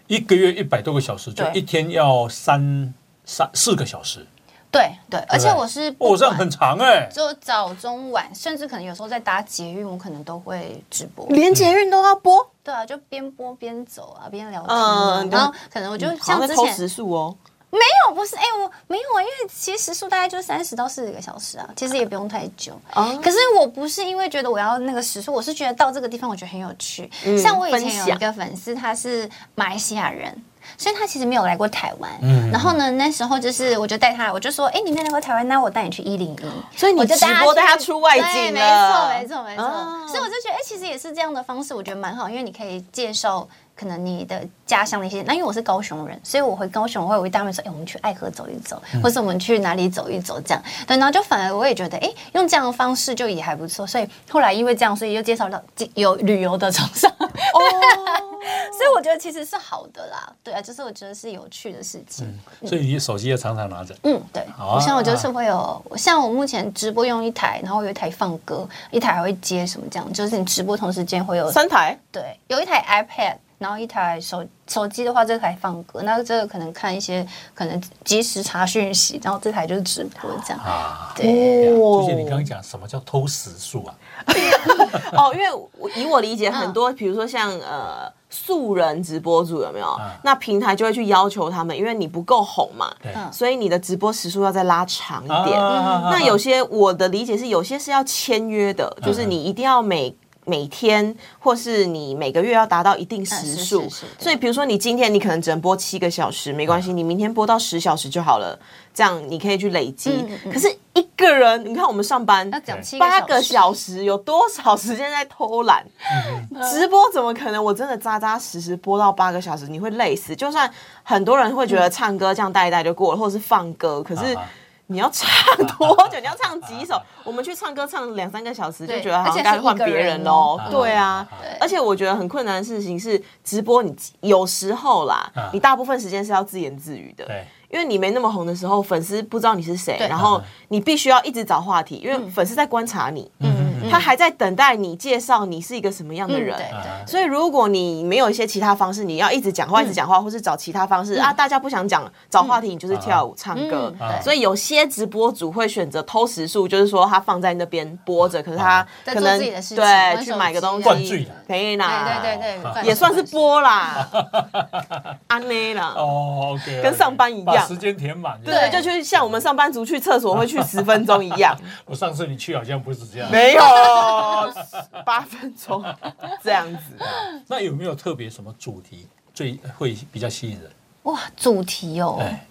S3: 一个月一百多个小时，就
S4: 对
S3: 一天要三三四个小时，
S4: 对对，而且
S3: 对不对
S4: 我是不
S3: 哦，这样
S4: 管
S3: 很长哎。
S4: 就早中晚，甚至可能有时候在搭捷运，我可能都会直播。
S1: 连捷运都要播，
S4: 对啊，就边播边走啊，边聊天啊、
S1: 嗯
S4: 然后可能我就
S1: 好
S4: 像
S1: 像
S4: 之
S1: 在
S4: 前
S1: 偷时速哦。
S4: 没有，不是，哎、我没有啊，因为其实时速大概就三十到四十个小时啊，其实也不用太久。
S1: 啊
S4: 可是我不是因为觉得我要那个时速，我是觉得到这个地方我觉得很有趣。像我以
S1: 分
S4: 前有
S1: 享
S4: 一个粉丝，他是马来西亚人。所以他其实没有来过台湾，
S3: 嗯
S4: 然后呢，那时候就是我就带他，我就说，哎、你没有来过台湾，那我带你去一零一，
S1: 所以你
S4: 我就
S1: 直播
S4: 去
S1: 带他出外景
S4: 对没错，
S1: 了
S4: 没错，没错。
S1: 哦
S4: 所以我就觉得，哎、其实也是这样的方式，我觉得蛮好，因为你可以介绍可能你的家乡的一些。那因为我是高雄人，所以我回高雄，我会跟他们说，哎、我们去爱河走一走，
S1: 嗯
S4: 或是我们去哪里走一走，这样。对，然后就反而我也觉得，哎、用这样的方式就也还不错。所以后来因为这样，所以又介绍到有旅游的厂商，
S1: 哦，
S4: 所以我觉得其实是好的啦。对啊，就是我觉得是有趣的事情。
S3: 所以你手机要常常拿着。
S4: 嗯，对，
S3: 好啊
S4: 我像我就是会有，像我目前直播用一台，然后有一台放歌，一台还会接什么这样，就是你直播同时间会有，
S1: 三台
S4: 对，有一台 iPad，然后一台手手机的话，这台放歌，那这个可能看一些可能即时查讯息，然后这台就是直播这样。
S3: 啊。
S4: 对，
S3: 朱姐，你刚刚讲什么叫偷时数啊？
S1: 哦，因为我以我理解，很
S4: 嗯
S1: 多比如说像呃素人直播主有没有
S3: 嗯？
S1: 那平台就会去要求他们，因为你不够红嘛，
S3: 对，啊
S4: 嗯
S1: 所以你的直播时数要再拉长一点。嗯
S3: 那
S1: 那有些我的理解是，有些是要签约的，
S3: 嗯
S1: 就是你一定要每。每天或是你每个月要达到一定时数，
S4: 嗯是是是对
S1: 所以比如说你今天你可能只能播七个小
S3: 嗯
S1: 时，没关系，你明天播到十小时就好了，这样你可以去累积。
S4: 嗯嗯嗯
S1: 可是一个人，你看我们上班
S4: 要讲七个
S1: 八个
S4: 小
S1: 小时，有多少时间在偷懒？
S3: 嗯
S4: 嗯
S1: 直播怎么可能？我真的扎扎实实播到八个小时，你会累死。就算很多人会觉得唱歌这样带一带就过了，或者是放歌，可是
S3: 啊啊
S1: 你要唱多久？你要唱几首？我们去唱歌唱两三个小时，就
S4: 对
S1: 觉得好
S4: 而且
S1: 像该
S4: 是
S1: 换
S4: 一个
S1: 别
S4: 人
S1: 人
S4: 哦
S1: 喽
S3: 啊。
S1: 对啊
S3: 啊，
S4: 对
S1: 而且我觉得很困难的事情是直播，你有时候啦
S3: 啊，
S1: 你大部分时间是要自言自语的。
S3: 对，
S1: 因为你没那么红的时候，粉丝不知道你是谁
S4: 对，嗯
S1: 然后你必须要一直找话题，因为粉丝在观察你，
S3: 嗯
S1: 他还在等待你介绍你是一个什么样的人。
S4: 嗯对
S3: 啊
S1: 所以，如果你没有一些其他方式，你要一直讲话，一
S4: 嗯
S1: 直讲话，或是找其他方式啊，大家不想讲，找话题，你就是
S3: 啊
S1: 跳舞、唱歌
S4: 嗯对。
S1: 所以，有些直播主会选择偷时数，就是说他放在那边播着，可是他
S4: 在
S1: 可
S4: 做
S1: 能
S4: 自己的事情玩
S1: 对
S4: 手
S1: 去买个
S4: 机啊
S1: 东
S3: 啊灌啊醉
S1: 西
S3: 了，
S1: 可以
S4: 对
S1: 啦，
S4: 对对对，
S1: 也算是播 啦，安内啦，
S3: 哦，OK，
S1: 跟上班一样
S3: 把时间填满。
S1: 对，就去像我们上班族去厕所会去十分钟一样，
S3: 我上次你去好像不是这样。
S1: 没有 八分 钟这样子。
S3: 那有没有特别什么主题最会比较吸引人？
S4: 哇，主题哦，
S3: 哎，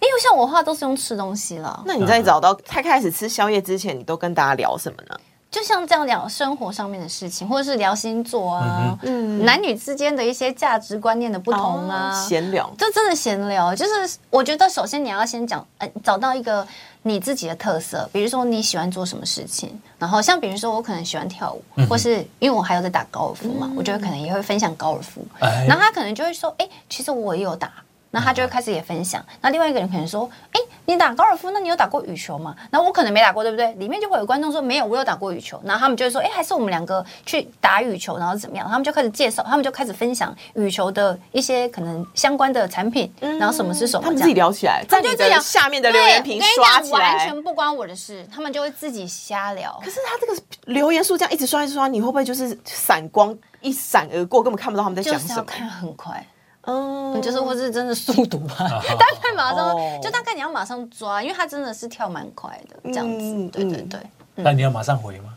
S4: 因为像我的话都是用吃东西了，
S1: 那你在找到他开始吃宵夜之前，你都跟大家聊什么呢？
S4: 就像这样聊生活上面的事情，或者是聊星座啊，
S1: 嗯哦
S4: 男女之间的一些价值观念的不同啊，
S1: 闲聊。
S4: 这真的闲聊，就是我觉得首先你要先讲，呃，找到一个你自己的特色，比如说你喜欢做什么事情，然后像比如说我可能喜欢跳舞，或是因为我还有在打高尔夫嘛，
S1: 嗯
S4: 我觉得可能也会分享高尔夫，
S3: 哎
S4: 然后他可能就会说，哎，其实我也有打。那他就会开始也分享。那另外一个人可能说：“哎，你打高尔夫，那你有打过羽球吗？”然后我可能没打过，对不对？里面就会有观众说：“没有，我有打过羽球。”然后他们就会说：“哎，还是我们两个去打羽球，然后怎么样？”他们就开始介绍，他们就开始分享羽球的一些可能相关的产品，然后什么是什么。
S1: 嗯他们
S4: 这
S1: 自己
S4: 样
S1: 聊起来，在
S4: 他们
S1: 你
S4: 就这
S1: 的
S4: 样
S1: 下面的留言
S4: 对
S1: 屏
S4: 我跟你
S1: 刷
S4: 讲
S1: 起
S4: 完
S1: 来。
S4: 全不关我的事，他们就会自己瞎聊。
S1: 可是他这个留言数这样一直刷一直刷，你会不会就是闪光一闪而过，根本看不到他们在
S4: 就
S1: 讲
S4: 是
S1: 什
S4: 要
S1: 么？
S4: 看很快，
S1: 嗯
S4: 就是或是真的速读
S3: 啊
S4: 吧，大概马上
S1: 哦
S4: 就大概你要马上抓，因为它真的是跳蛮快的这样子
S1: 嗯，
S4: 对对
S1: 嗯
S4: 对。
S3: 那你要马上回吗？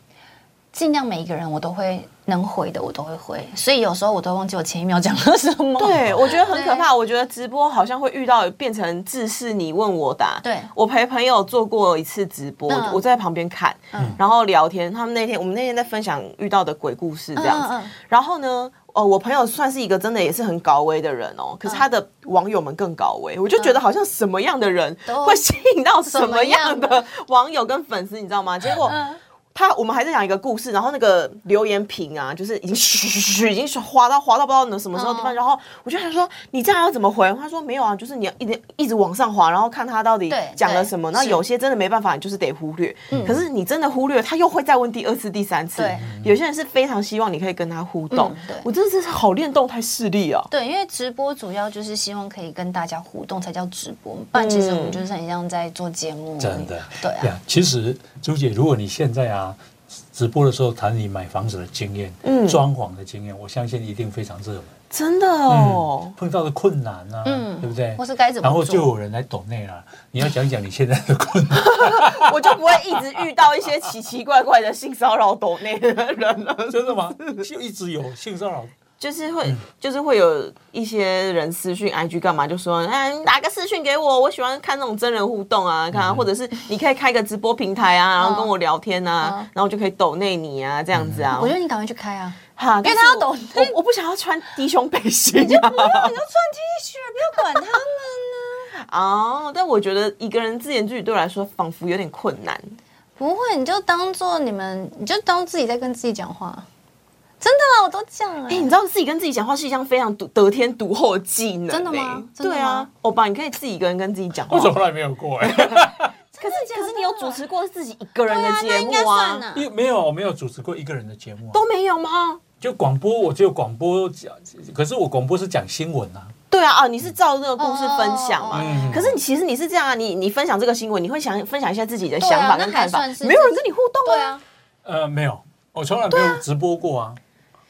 S4: 尽量每一个人我都会能回的，我都会回，所以有时候我都忘记我前一秒讲了什么。
S1: 对，我觉得很可
S4: 对
S1: 怕。我觉得直播好像会遇到变成自是你问我答。
S4: 对
S1: 我陪朋友做过一次直播，
S4: 嗯
S1: 我在旁边看，然后聊天。他们那天我们那天在分享遇到的鬼故事这样子，
S4: 嗯嗯嗯
S1: 然后呢。呃，我朋友算是一个真的也是很高危的人哦，可是他
S4: 嗯
S1: 的网友们更高危，我就觉得好像什么样的人
S4: 都
S1: 会吸引到什么样
S4: 什么样
S1: 的网友跟粉丝，你知道吗？结果他我们还在讲一个故事，然后那个留言屏啊， 就是已经嘘嘘嘘，已经滑到滑到不知道什么时候的地方，
S4: 嗯
S1: 然后我就想说你这样要怎么回？他说没有啊，就是你要一直一直往上滑，然后看他到底
S4: 对
S1: 讲了什么。
S4: 对
S1: 那
S4: 是
S1: 有些真的没办法，你就是得忽略。可是你真的忽略，他又会再问第二次、第三次
S4: 对。
S1: 有些人是非常希望你可以跟他互动
S4: 嗯对。
S1: 我真的是好练动态视力啊！
S4: 对，因为直播主要就是希望可以跟大家互动才叫直播，不然其实我们就是很像在做节目而已。
S3: 真的，
S4: 对啊，
S3: 呀其实朱姐，如果你现在啊直播的时候谈你买房子的经验，嗯，装潢的经验，我相信一定非常热门。
S1: 真的哦
S3: 嗯，，碰到的困难啊，
S4: 嗯
S3: 对不对？
S4: 或是该怎么
S3: 然后
S4: 做
S3: 就有人来抖内了。你要讲讲你现在的困难，
S1: 我就不会一直遇到一些奇奇怪怪的性骚扰抖内的人了。
S3: 真的 吗？就一直有性骚扰，
S1: 就是会，
S4: 嗯
S1: 就是会有一些人私讯 IG 干嘛，就说，哎，你打个私讯给我，我喜欢看那种真人互动啊，看啊，
S4: 嗯
S1: 或者是你可以开个直播平台啊，然后跟我聊天啊，
S4: 嗯
S1: 然后就可以抖内你啊，这样子啊。
S4: 我觉得你赶快去开啊！
S1: 哈，
S4: 因为
S1: 但是
S4: 他要
S1: 我
S4: 抖
S1: 我我不想要穿低胸背心啊。
S4: 你就穿 T 恤，啊不要管他们。
S1: 哦，但我觉得一个人自言自语对我来说仿佛有点困难。
S4: 不会，你就当做你们，你就当自己在跟自己讲话。真的啦，我都这样了。啊
S1: 哎、你知道自己跟自己讲话是一项非常独得天独厚的技能、
S4: 真的吗
S1: 哎
S4: 真的
S1: 对啊
S4: 吗，
S1: 欧巴，你可以自己一个人跟自己讲话。
S3: 我从来没有 过哎、
S1: 可是可是你有主
S4: 啊
S1: 持过自己一个人
S4: 对
S1: 的
S4: 啊，那
S1: 节
S4: 应
S1: 目
S4: 该
S1: 啊
S4: 算？啊。
S3: 因为没有我没有主持过一个人的节目啊、
S1: 都没有吗？
S3: 就广播，我只有广播讲，可是我广播是讲新闻啊。
S1: 对啊，啊，你是照这个故事
S4: 哦
S1: 分享嘛？
S3: 嗯
S1: 可是你其实你是这样啊，你你分享这个新闻，你会想分享一下自己的
S4: 对啊
S1: 想法
S4: 那
S1: 跟
S4: 还
S1: 看法，
S4: 算是
S1: 没有人跟你互动
S4: 对
S1: 啊。
S4: 啊，
S3: 呃，没有，我从来没有直播过啊。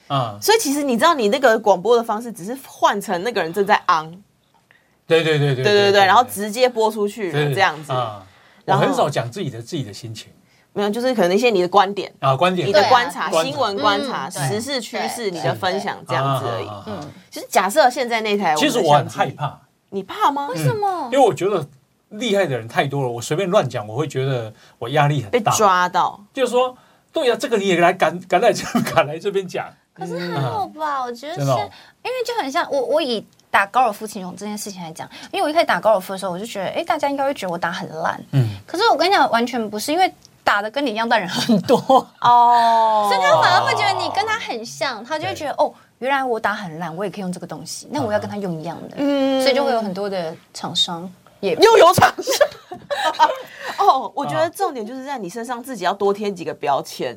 S3: 啊，
S1: 所以其实你知道，你那个广播的方式只是换成那个人正在昂，
S3: 对对对
S1: 对
S3: 对
S1: 对对，然后直接播出去
S3: 对
S1: 这样子，
S3: 啊。我
S1: 然后
S3: 很少讲自己的自己的心情
S1: 没有，就是可能一些你的观点、
S3: 啊，观点
S1: 你的
S4: 对啊
S1: 观察、
S3: 观
S1: 新闻观察、
S4: 嗯
S1: 时
S4: 对
S1: 事趋势、
S4: 对
S1: 你的分享这
S3: 这
S1: 样子而已。
S3: 嗯，
S1: 其实假设现在那台，
S3: 其实我很害，怕，
S1: 你怕吗？
S4: 为什么
S3: 因为？我觉得厉害的人太多了，我随便乱讲，我会觉得我压力很
S1: 被
S3: 大。
S1: 抓到？
S3: 就是说，对呀、这个你也来敢 敢来这敢来这边讲，
S4: 可是
S1: 嗯
S4: 还好吧，我觉得是
S3: 真的哦
S4: 因为就很像我我以打高尔夫球这件事情来讲，因为我一开始打高尔夫的时候，我就觉得，哎，大家应该会觉得我打很烂，
S3: 嗯，
S4: 可是我跟你讲，完全不是，因为打的跟你一样的人很多， 所
S1: 哦，
S4: 以他反而会觉得你跟他很像，他就会觉得哦，原来我打很烂，我也可以用这个东西，那我要跟他用一样的，
S1: 嗯
S4: 所以就会有很多的厂商也
S1: 又有尝试。 哦，我觉得重点就是在你身上自己要多贴几个标签，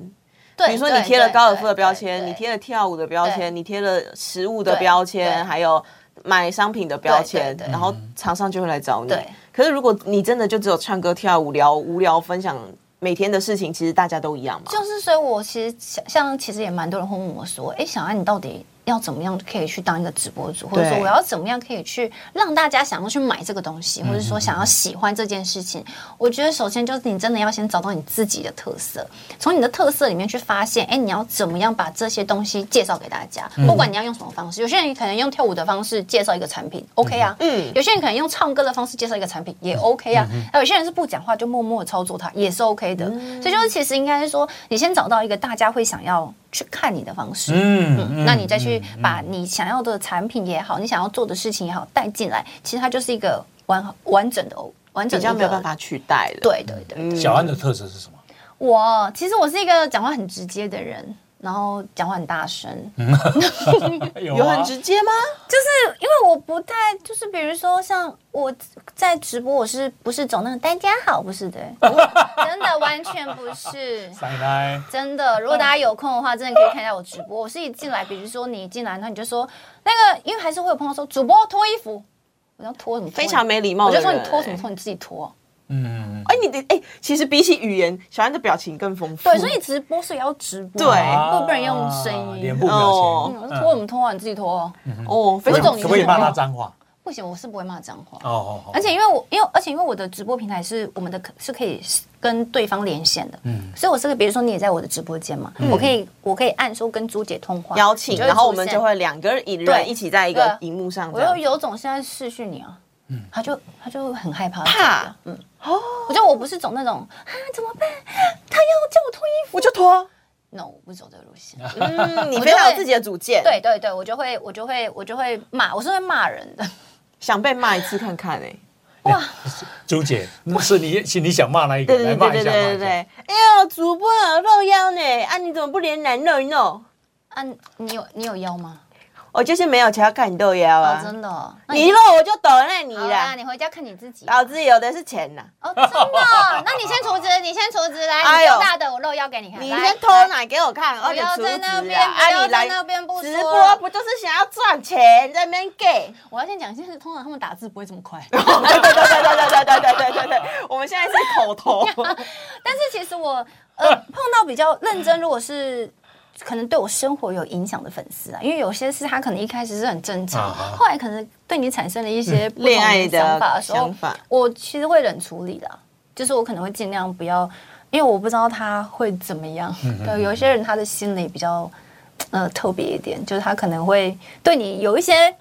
S4: 对，
S1: 比如说
S4: 对
S1: 你贴了高尔夫的标
S4: 对
S1: 签，
S4: 对
S1: 你贴了跳舞的标
S4: 对
S1: 签，你贴了食物的
S4: 对
S1: 标
S4: 对
S1: 签，还有买商品的标签
S4: 对对，对
S1: 然后厂商就会来找你
S4: 对。
S1: 可是如果你真的就只有唱歌、跳舞、聊无聊、分享每天的事情，其实大家都一样嘛。
S4: 就是，所以我其实想，像其实也蛮多人会问我说，哎，小安，你到底要怎么样可以去当一个直播主，或者说
S1: 对
S4: 我要怎么样可以去让大家想要去买这个东西，或者
S1: 嗯
S4: 说想要喜欢这件事情？我觉得首先就是你真的要先找到你自己的特色，从你的特色里面去发现，哎，你要怎么样把这些东西介绍给大家？不
S1: 嗯
S4: 管你要用什么方式，有些人可能用跳舞的方式介绍一个产品，OK 啊，
S1: 嗯
S4: 有些人可能用唱歌的方式介绍一个产品也 OK 啊，那有些人是不讲话就默默地操作它也是 OK 的，
S1: 嗯
S4: 所以就是其实应该是说，你先找到一个大家会想要去看你的方式，
S3: 嗯
S4: 那你再去把
S1: 嗯
S4: 你想要的产品也好，你想要做的事情也好带进来，其实它就是一个完好完整的完
S1: 比
S4: 整的
S1: 较
S4: 一
S1: 没有办
S4: 个。
S1: 法嗯取代的。
S4: 对对对，
S3: 小安的特质是什么？
S4: 我其实我是一个讲话很直接的人，然后讲话很大声，
S3: 有
S1: 有
S3: 啊
S1: 很，直接吗？
S4: 就是因为我不太，就是比如说像我在直播，我是不是走那种大家好，不是的，我真的完全不是。
S3: 奶奶，
S4: 真的，如果大家有空的话，真的可以看一下我直播。我是一进来，比如说你一进来，那你就说那个，因为还是会有碰到说主播脱衣服，我要脱什么脱？
S1: 非常没礼貌
S4: 我
S1: 的
S4: 就
S1: 人。
S4: 说你脱什么脱，你自己脱。
S3: 嗯，
S1: 哎，你的哎，其实比起语言，小安的表情更丰富。
S4: 对，所以直播是要直播，
S1: 对
S3: 啊
S4: 不不能用声音。
S3: 脸部嗯
S4: 嗯，
S3: 表
S1: 哎哦
S4: 我说脱什么脱啊？你自己脱。
S1: 哦，非
S3: 情，可
S1: 常
S3: 不可以
S4: 懂你
S3: 可不可以
S4: 是
S3: 骂
S4: 什么
S3: 他脏话？
S4: 不行，我是不会骂脏话。
S3: 哦哦哦，
S4: 而且因为我，因为而且因为我的直播平台是我们的可是可以跟对方连线的，
S3: 嗯
S4: 所以我是个比如说你也在我的直播间嘛，我可以我可以按说跟朱姐通话
S1: 邀请，
S4: 你就
S1: 然后我们
S4: 出现
S1: 就会两个人
S4: 对
S1: 人一起在一
S4: 对
S1: 个荧幕上这
S4: 我又
S1: 样。
S4: 有种现在视讯你啊，
S3: 嗯
S4: 他就他就很害怕，
S1: 怕，
S4: 嗯，我觉得我不是走那种啊怎么办，他要叫我脱衣服
S1: 我就脱。
S4: ，no，我不走这个路 线。
S1: 嗯，你
S4: 我
S1: 非
S4: 就
S1: 常
S4: 会
S1: 有自己的主见，
S4: 对，对对，我就会我就会我就会骂，我是会骂人的，
S1: 想被骂一次看看哎。
S3: 朱姐，是你是你想骂哪一个？
S1: 对对
S3: 来
S1: 对
S3: 骂
S1: 对
S3: 一下，
S1: 对对
S3: 骂一
S1: 对。
S3: 下。
S1: 哎呦，主播有露腰呢，啊，你怎么不连男露一露？
S4: 啊，你有你有腰吗？
S1: 我就是没有才要看你露腰
S4: 哦，
S1: 啊，
S4: 真的哦，那
S1: 你一露我就抖那你
S4: 好啦，
S1: 啦，
S4: 你回家看你自己吧。
S1: 老子有的是钱呐，
S4: 哦，真的哦？那你先除职，你先除职来，
S1: 哎
S4: 你
S1: 呦
S4: 丢大的我露腰给你看。
S1: 你
S4: 来
S1: 先偷
S4: 来
S1: 奶给我看，
S4: 不
S1: 而且
S4: 要
S1: 厨
S4: 在那
S1: 子
S4: 边，
S1: 啊，
S4: 不
S1: 啊
S4: 要
S1: 你
S4: 在
S1: 来
S4: 那边不
S1: 直
S4: 说
S1: 播
S4: 了
S1: 不就是想要赚钱，在那边 gay。
S4: 我要先讲，就是通常他们打字不会这么快，
S1: 对对对对对对对对对对对，我们现在是口头，
S4: 但是其实我呃碰到比较认真，如果是。可能对我生活有影响的粉丝啊，因为有些是他可能一开始是很正常，
S3: 啊
S4: 后来可能对你产生了一些不同
S1: 恋爱的
S4: 想法的时候
S1: 想，法
S4: 我其实会冷处理啦，就是我可能会尽量不要，因为我不知道他会怎么样。
S3: 嗯
S4: 对，有一些人他的心理比较呃特别一点，就是他可能会对你有一些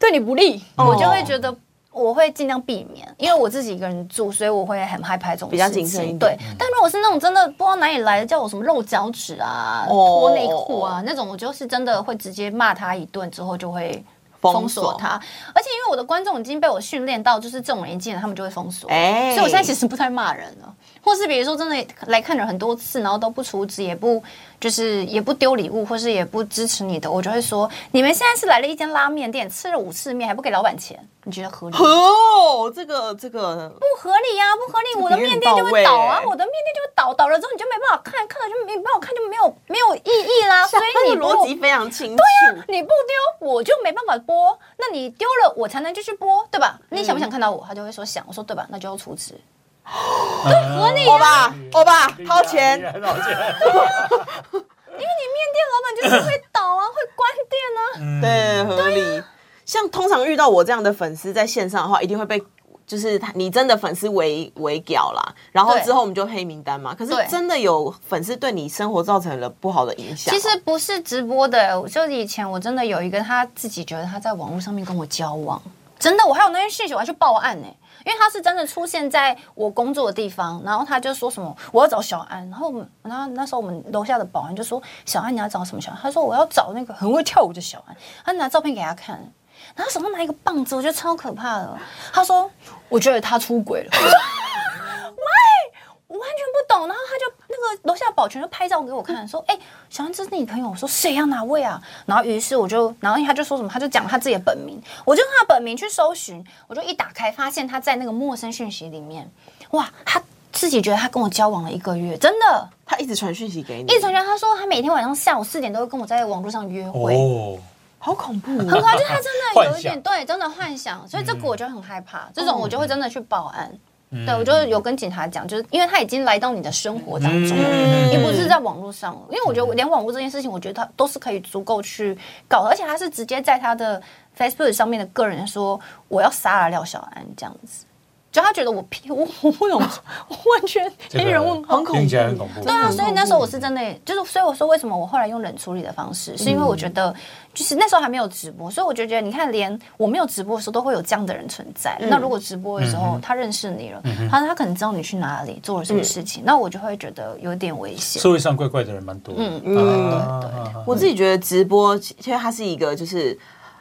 S4: 对你不利，
S1: 哦
S4: 我就会觉得。我会尽量避免，因为我自己一个人住，所以我会很害怕这种
S1: 比较
S4: 事情
S1: 谨慎一点嗯
S4: 对，但如果是那种真的不知道哪里来的，叫我什么露脚趾啊、
S1: 哦
S4: 脱内裤啊那种，我就是真的会直接骂他一顿，之后就会
S1: 封
S4: 封锁
S1: 锁
S4: 他。而且因为我的观众已经被我训练到，就是这种人一进来他们就会封锁，
S1: 哎
S4: 所以我现在其实不太骂人了。或是比如说真的来看了很多次，然后都不处置，也不就是也不丢礼物，或是也不支持你的，我就会说你们现在是来了一间拉面店，吃了五次面还不给老板钱，你觉得合理吗？
S1: 哦，这个这个
S4: 不合理呀、不合
S1: 这
S4: 理！
S1: 个
S4: 我的
S1: 比喻
S4: 面
S1: 很
S4: 店就
S1: 到
S4: 会
S1: 位
S4: 倒啊，
S1: 欸
S4: 我的面店就会倒，倒了之后你就没办法看，看了就没办法看，就没有没有意义啦。所以
S1: 他
S4: 你
S1: 的
S4: 不啊
S1: 逻辑非常清楚。
S4: 你不丢，我就没办法播。那你丢了，我才能继续播，对吧？你想不想
S1: 嗯
S4: 看到我？他就会说想。我说对吧？那就要啊处置。
S3: 合理
S1: 欧巴，欧巴，掏钱，
S2: 掏钱，
S4: 面店老板就是会倒啊，会关店啊。
S3: 嗯
S1: 对，合理。像通常遇到我这样的粉丝在线上的话，一定会被就是他你真的粉丝围围剿啦，然后
S4: 对
S1: 之后我们就黑名单嘛。可是
S4: 对
S1: 真的有粉丝对你生活造成了不好的影响哦，
S4: 其实不是直播的，就以前我真的有一个他自己觉得他在网络上面跟我交往，真的，我还有那些讯息，我还去报案呢、因为他是真的出现在我工作的地方，然后他就说什么我要找小安，然后我们，然后那时候我们楼下的保安就说小安你要找什么小安？他说我要找那个很会跳舞的小安，他拿照片给他看，然后他手上拿一个棒子，我觉得超可怕的。他说我觉得他出轨了。我说我完全不懂。然后他就那个楼下保全就拍照给我看，说：“哎、小安，这是你朋友。”我说：“谁呀、哪位啊？”然后于是我就，然后他就说什么，他就讲他自己的本名，我就用他的本名去搜寻，我就一打开发现他在那个陌生讯息里面，哇，他自己觉得他跟我交往了一个月，真的。
S1: 他一直传讯息给你，
S4: 一传来他说他每天晚上下午四点都会跟我在网络上约会。
S3: 哦，
S1: 好恐怖哦，
S4: 很可怕，就是他真的有一
S3: 幻想嗯
S4: 点对，真的幻想，所以这个我就很害怕，这种我就会真的去报案。对，我就有跟警察讲，就是因为他已经来到你的生活当中，
S3: 嗯
S4: 你不是在网络上了。因为我觉得我连网络这件事情，我觉得他都是可以足够去搞的，而且他是直接在他的 Facebook 上面的个人说我要杀了廖小安这样子，就他觉得我屁，我我不懂， 我完全黑人问
S1: 很
S4: 号，
S1: 恐怖
S3: 听起来很恐怖。
S4: 对啊，所以那时候我是真的，就是所以我说为什么我后来用冷处理的方
S1: 嗯
S4: 式，是因为我觉得就是那时候还没有直播，所以我就觉得你看，连我没有直播的时候都会有这样的人存在。
S1: 嗯
S4: 那如果直播的时候他认识你了，他他可能知道你去哪里做了
S1: 嗯
S4: 什么事情，那我就会觉得有点危险。
S3: 社会上怪怪的人蛮多的。嗯嗯，
S1: 我自己觉得直播，其其实它是一个就是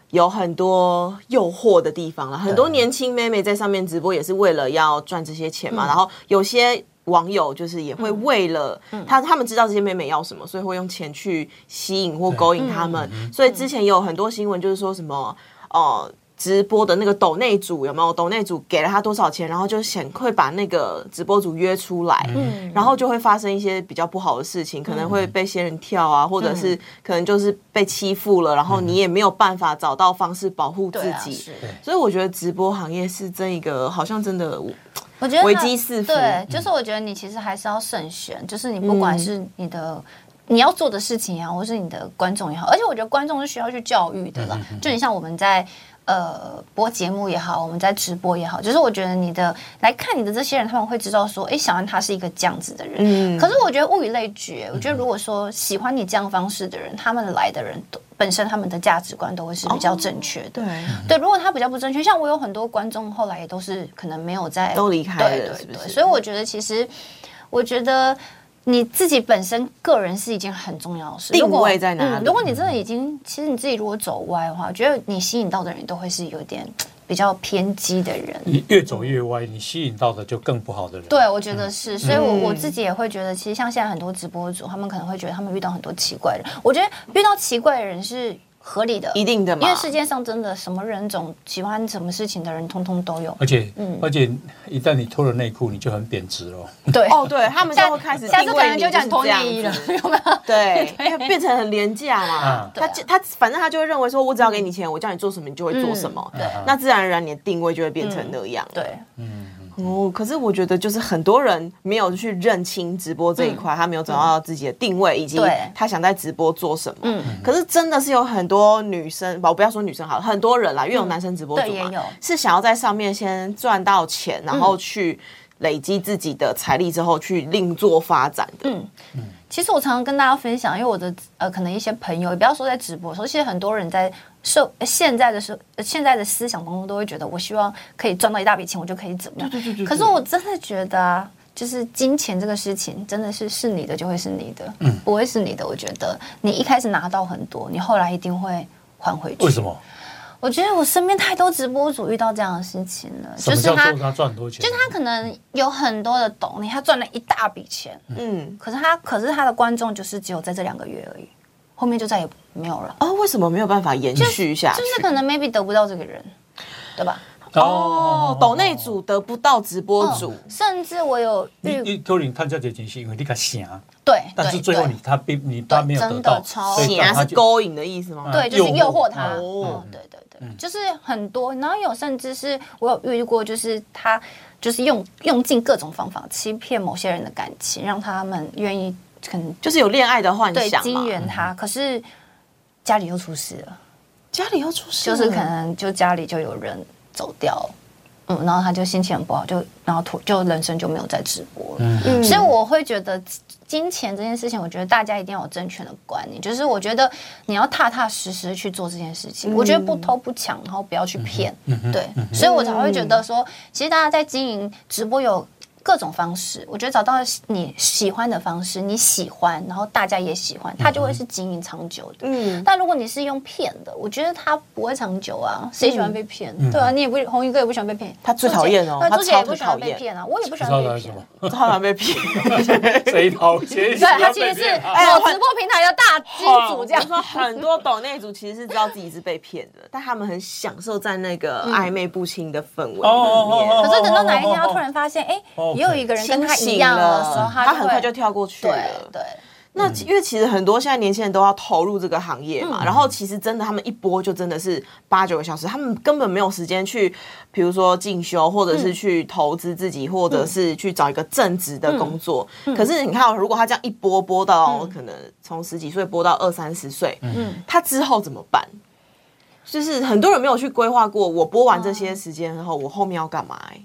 S1: 有很多诱惑的地方了。很多年轻妹妹在上面直播也是为了要赚这些钱嘛，然后有些。网友就是也会为了他，他们知道这些妹妹要什么，所以会用钱去吸引或勾引他们。所以之前也有很多新闻，就是说什么哦、呃直播的那个抖内组有没有？抖内组给了他多少钱，然后就想会把那个直播组约出来，
S4: 嗯
S1: 然后就会发生一些比较不好的事情，可能会被仙人跳啊，或者是可能就是被欺负了，然后你也没有办法找到方式保护
S4: 嗯对
S1: 自
S4: 啊，
S1: 己
S4: 是。
S1: 所以我觉得直播行业是这一个好像真的
S4: 我觉得
S1: 危
S4: 他
S1: 机四伏嗯
S4: 对，就是我觉得你其实还是要慎选，就是你不管是你的。你要做的事情也好，或是你的观众也好，而且我觉得观众是需要去教育
S1: 嗯
S4: 的啦。就你像我们在呃播节目也好，我们在直播也好，就是我觉得你的来看你的这些人，他们会知道说，哎、小安他是一个这样子的人。
S1: 嗯
S4: 可是我觉得物以类聚，我觉得如果说喜欢你这样方式的人，他们来的人都本身他们的价值观都会是比较正确的。
S1: 哦对
S4: 对，如果他比较不正确，像我有很多观众后来也都是可能没有在
S1: 都离开了
S4: 对对对，
S1: 是不是
S4: 所以我觉得其实，我觉得你自己本身个人是一件很重要的事，
S1: 定
S4: 如果
S1: 位在哪
S4: 嗯
S1: 里
S4: 如果你真的已经，其实你自己如果走歪的话，我觉得你吸引到的人都会是有点比较偏激的人。
S3: 你越走越歪，你吸引到的就更不好的人。
S4: 对，我觉得是，所以我
S1: 嗯
S4: 我自己也会觉得，其实像现在很多直播主，他们可能会觉得他们遇到很多奇怪的人。我觉得遇到奇怪的人是合理的，
S1: 一定的嘛
S4: 因为世界上真的什么人种、喜欢什么事情的人，通通都有。
S3: 而且，
S1: 嗯
S3: 而且一旦你脱了内裤，你就很贬值了。
S4: 对，
S1: 哦，对他们就
S4: 下
S1: 会开始
S4: 下次
S1: 定
S4: 可
S1: 位
S4: 能就
S1: 你是
S4: 讲脱
S1: 这样
S4: 内衣了
S1: 子，
S4: 有 没有？
S1: 对，因为变成很廉价嘛
S3: 啊。
S1: 他
S4: 对啊嗯
S1: 他反正他就会认为说，我只要给你钱，我叫你做什么，你就会做什么。
S4: 对
S3: 嗯
S1: 那自然而然你的定位就会变
S4: 嗯
S1: 成那样。
S4: 对，
S3: 嗯
S1: 哦，可是我觉得就是很多人没有去认清直播这一块，他没有找到自己的定位，以及
S4: 嗯对
S1: 他想在直播做什么。
S4: 嗯
S1: 可是真的是有很多女生，不，我不要说女生好了，很多人啦，因为有男生直播主
S4: 嗯对也
S1: 嘛，
S4: 有
S1: 是想要在上面先赚到钱，然后去累积自己的财力之后去另做发展的。嗯，
S4: 其实我常常跟大家分享，因为我的呃，可能一些朋友，也不要说在直播的时候，其实很多人在社呃现在的社呃现在的思想当中，都会觉得我希望可以赚到一大笔钱，我就可以怎么样。可是我真的觉得、啊，就是金钱这个事情，真的是是你的就会是你的，
S3: 嗯
S4: 不会是你的。我觉得你一开始拿到很多，你后来一定会还回去。
S3: 为什？么？
S4: 我觉得我身边太多直播主遇到这样的事情了，
S3: 什
S4: 就
S3: 么
S4: 是
S3: 叫
S4: 他
S3: 做他赚很多钱？
S4: 就是他可能有很多的懂你，他赚了一大笔钱，
S1: 嗯，
S4: 可是他可是他的观众就是只有在这两个月而已，后面就再也没有了，
S1: 哦，为什么没有办法延续下去？
S4: 就是可能 maybe 得不到这个人，对吧？
S1: 哦，抖内组得不到直播组，
S4: 甚至我有
S3: 你
S4: 遇
S3: 你可能探价这钱是因为你个想，
S4: 对，
S3: 但是
S4: 对
S3: 最后
S4: 对
S3: 你他并你他没有得到，
S4: 真的超
S3: 所以
S1: 显然
S3: 他
S1: 啊是
S3: 就
S1: 勾引的意思吗？
S4: 哦对，就是诱惑他。
S3: 嗯
S4: 哦，对对对，就是很多，然后有甚至是我有遇过，就是他就是用用尽各种方法欺骗某些人的感情，让他们愿意可能
S1: 就是有恋爱的幻
S4: 对
S1: 想嘛
S4: 金。援
S3: 嗯
S4: 他，可是家里又出事了，
S1: 家里又出事
S4: 就
S1: 了，
S4: 是可能就家里就有人走掉，嗯，然后他就心情很不好，就然后突就人生就没有再直播了。
S1: 嗯，
S4: 所以我会觉得金钱这件事情，我觉得大家一定要有正确的观念，就是我觉得你要踏踏实实去做这件事情。我觉得不偷不抢，然后不要去骗，对，所以我才会觉得说，其实大家在经营直播有。各种方式，我觉得找到你喜欢的方式，你喜欢，然后大家也喜欢，它就
S3: 嗯
S4: 会是经营长久的。
S1: 嗯
S4: 但如果你是用骗的，我觉得它不会长久啊，谁喜欢被骗？
S3: 嗯
S4: 对啊，你也不红一哥也不喜欢被骗，
S1: 嗯他最讨厌哦
S4: 朱姐
S1: 他
S4: 对朱姐也
S1: 超
S4: 不喜欢
S1: 讨
S4: 被
S1: 厌
S4: 骗啊，我也不喜
S3: 不知道
S4: 欢
S3: 他
S4: 他被
S3: 是什
S4: 骗
S3: 么。，
S1: 他好像被骗。
S3: 谁掏钱？
S4: 对，他其实是
S1: 哎
S4: 某直播平台的大金
S3: 哎
S4: 主这样
S1: 我。说很多抖内组其实是知道自己是被骗的，但他们很享受在那个
S4: 嗯
S1: 暧昧不清的氛围里面。
S3: 哦哦哦
S4: 可是等到哪一天他突然发现，哎，也有一个人跟
S1: 清
S4: 他一
S1: 醒
S4: 样的时候，
S1: 他
S4: 他
S1: 很快
S4: 会
S1: 就跳过去
S4: 对
S1: 了。
S4: 对，
S1: 那
S4: 嗯
S1: 其因为其实很多现在年轻人都要投入这个行业嘛，然后其实真的他们一播就真的是八九个小时，他们根本没有时间去，比如说进修，或者
S4: 嗯
S1: 是去投资自己，或者是去找一个正职的
S4: 嗯
S1: 工作。可是你看哦，如果他这样一播播到可能从十几岁播到二三十岁，
S4: 嗯
S1: 他之后怎么办？就是很多人没有去规划过，我播完这
S4: 嗯
S1: 些时间后，我后面要干嘛、欸？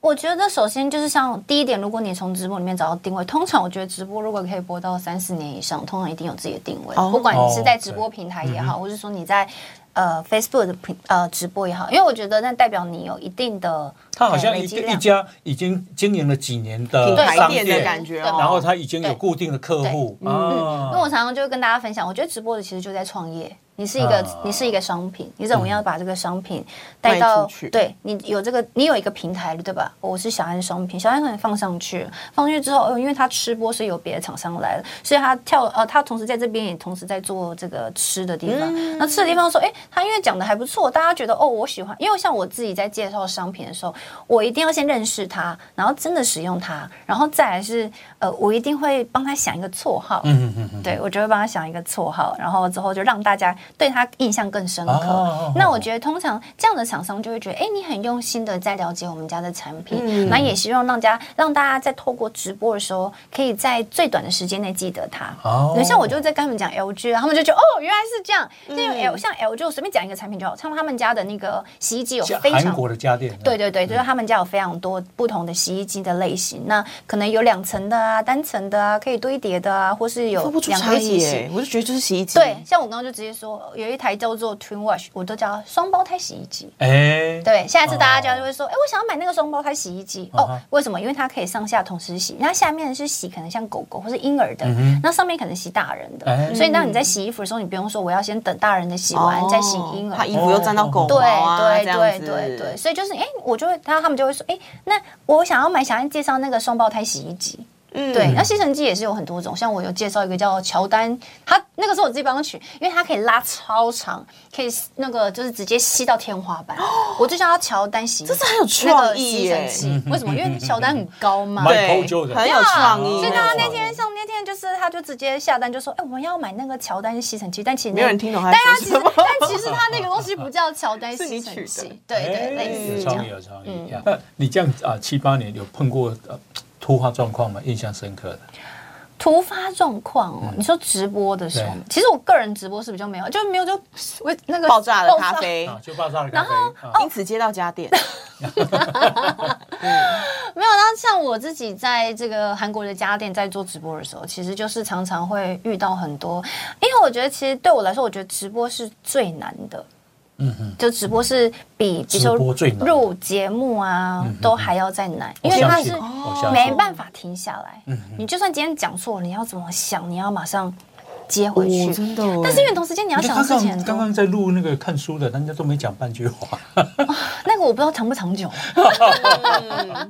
S4: 我觉得首先就是像第一点，如果你从直播里面找到定位，通常我觉得直播如果可以播到三四年以上，通常一定有自己的定位，
S1: 哦
S4: 不管你是在
S3: 哦
S4: 直播平台也好，或是说你在呃 Facebook 的平呃直播也好，因为我觉得那代表你有一定的
S3: 他好像
S4: 呃
S3: 一
S4: 累积
S3: 一
S4: 量
S3: 家已经经营了几年的
S1: 品
S4: 对
S1: 牌
S3: 商
S1: 店的感觉、
S4: 对
S1: 哦，
S3: 然后他已经有
S4: 对
S3: 固定的客户
S4: 因
S1: 嗯
S3: 啊
S4: 为。我常常就会跟大家分享，我觉得直播的其实就在创业。你是一个，
S3: 啊
S4: 你是一个商品，你怎么样把这个商品带
S1: 嗯卖
S4: 到
S1: 出去？
S4: 对你有这个，你有一个平台，对吧？我是小安商品，小安商品放上去，放上去之后，哦，因为它吃播，所以有别的厂商来了，所以他跳呃，他同时在这边也同时在做这个吃的地方。
S1: 嗯
S4: 那吃的地方说，哎，他因为讲的还不错，大家觉得哦，我喜欢。因为像我自己在介绍商品的时候，我一定要先认识它，然后真的使用它，然后再来是呃，我一定会帮他想一个绰号，
S3: 嗯嗯嗯，
S4: 对，我就会帮他想一个绰号，然后之后就让大家对他印象更深刻。
S3: 哦
S4: 那我觉得通常这样的厂商就会觉得，哎，你很用心的在了解我们家的产品，
S1: 嗯
S4: 那、也希望让家让大家在透过直播的时候，可以在最短的时间内记得他。
S3: 哦
S4: 对，像我就在跟他们讲 LG，啊，他们就觉得哦，原来是这样。因为 L、像 LG，我随便讲一个产品就好，像他们家的那个洗衣机有
S3: 家
S4: 非
S3: 嗯韩
S4: 常
S3: 国的家电，
S4: 对对对，
S1: 嗯
S4: 就是他们家有非常多不同的洗衣机的类型，那可能有两层的啊、单层的啊、可以堆叠的啊，或是有
S1: 分不出
S4: 两
S1: 差
S4: 个一起
S1: 异、
S4: 洗
S1: 欸。。我就觉得就是洗衣机，
S4: 对，像我刚刚就直接说，有一台叫做 Twin Wash，我都叫它双胞胎洗衣机。
S3: 哎，
S4: 对，下一次大家
S3: 哦
S4: 就会说，哎、我想要买那个双胞胎洗衣机
S1: 嗯
S4: 哦
S3: 哈
S4: 为什么？因为它可以上下同时洗，那下面是洗可能像狗狗或是婴儿的，
S1: 嗯
S4: 那上面可能洗大人的，
S3: 哎
S4: 所以当你在洗衣服的时候，你不用说我要先等大人的洗
S1: 哦
S4: 完、再洗婴儿，
S1: 怕衣服又沾到狗毛
S4: 对
S1: 啊，这
S4: 哦对
S1: 样
S4: 对
S1: 子
S4: 对对，所以就是哎、我就会，他他们就会说，哎、那我想要买小安介绍那个双胞胎洗衣机。
S1: 嗯
S4: 对，那吸尘机也是有很多种，像我有介绍一个叫乔丹，它那个是我自己帮他取，因为它可以拉超长，可以那个就是直接吸到天花板，我就叫它乔丹洗衣机，这
S1: 是很有创意耶
S4: 吸尘器为什么？因为乔丹很高嘛，
S3: 蛮
S1: 对
S3: Michael Jordan
S1: 很有创意。
S4: 啊所
S1: 很有
S3: 对
S4: 以
S1: 创
S4: 大家
S1: 意
S4: 那天像那天就是，他就直接下单就说：“哎、我们要买那个乔丹吸尘器。”但其实那
S1: 没有人听懂他
S4: 但他
S1: 在
S4: 其
S1: 说
S4: 实
S1: 什么
S4: 但其实他那个东西不叫乔 丹
S1: 是
S4: 吸
S1: 你
S4: 尘
S1: 取的
S4: 器，对对，
S3: 哎
S4: 类
S3: 有
S4: 似这
S3: 创
S4: 样嗯
S3: 意。有创意。那你这样啊，七八年有碰过呃突发状况吗？印象深刻的？
S4: 突发状况哦，你说直播的时候
S3: 嗯对，
S4: 其实我个人直播是比较没有，就没 有就我那个
S1: 爆炸的
S4: 爆
S1: 咖啡，
S3: 啊，就爆炸的咖啡。啊
S1: 因此接到家电，
S4: 哦没有，那像我自己在这个韩国的家店在做直播的时候，其实就是常常会遇到很多，因为我觉得其实对我来说，我觉得直播是最难的。
S3: 嗯嗯，
S4: 就直播是比比如
S3: 直播
S4: 说
S3: 最难
S4: 入节目啊，都还要再难，因为
S3: 我相
S4: 它
S3: 信
S4: 是
S3: 我相信
S4: 没办法停下来。你就算今天讲错，了，你要怎么想？你要马上接回去。
S1: 哦真的哦
S4: 但是因为同时间你要
S3: 就
S4: 想的
S3: 刚
S4: 事情很
S3: 刚刚
S4: 多，啊
S3: 刚在录那个看书的，人家都没讲半句话。
S4: 那个我不知道长不长久。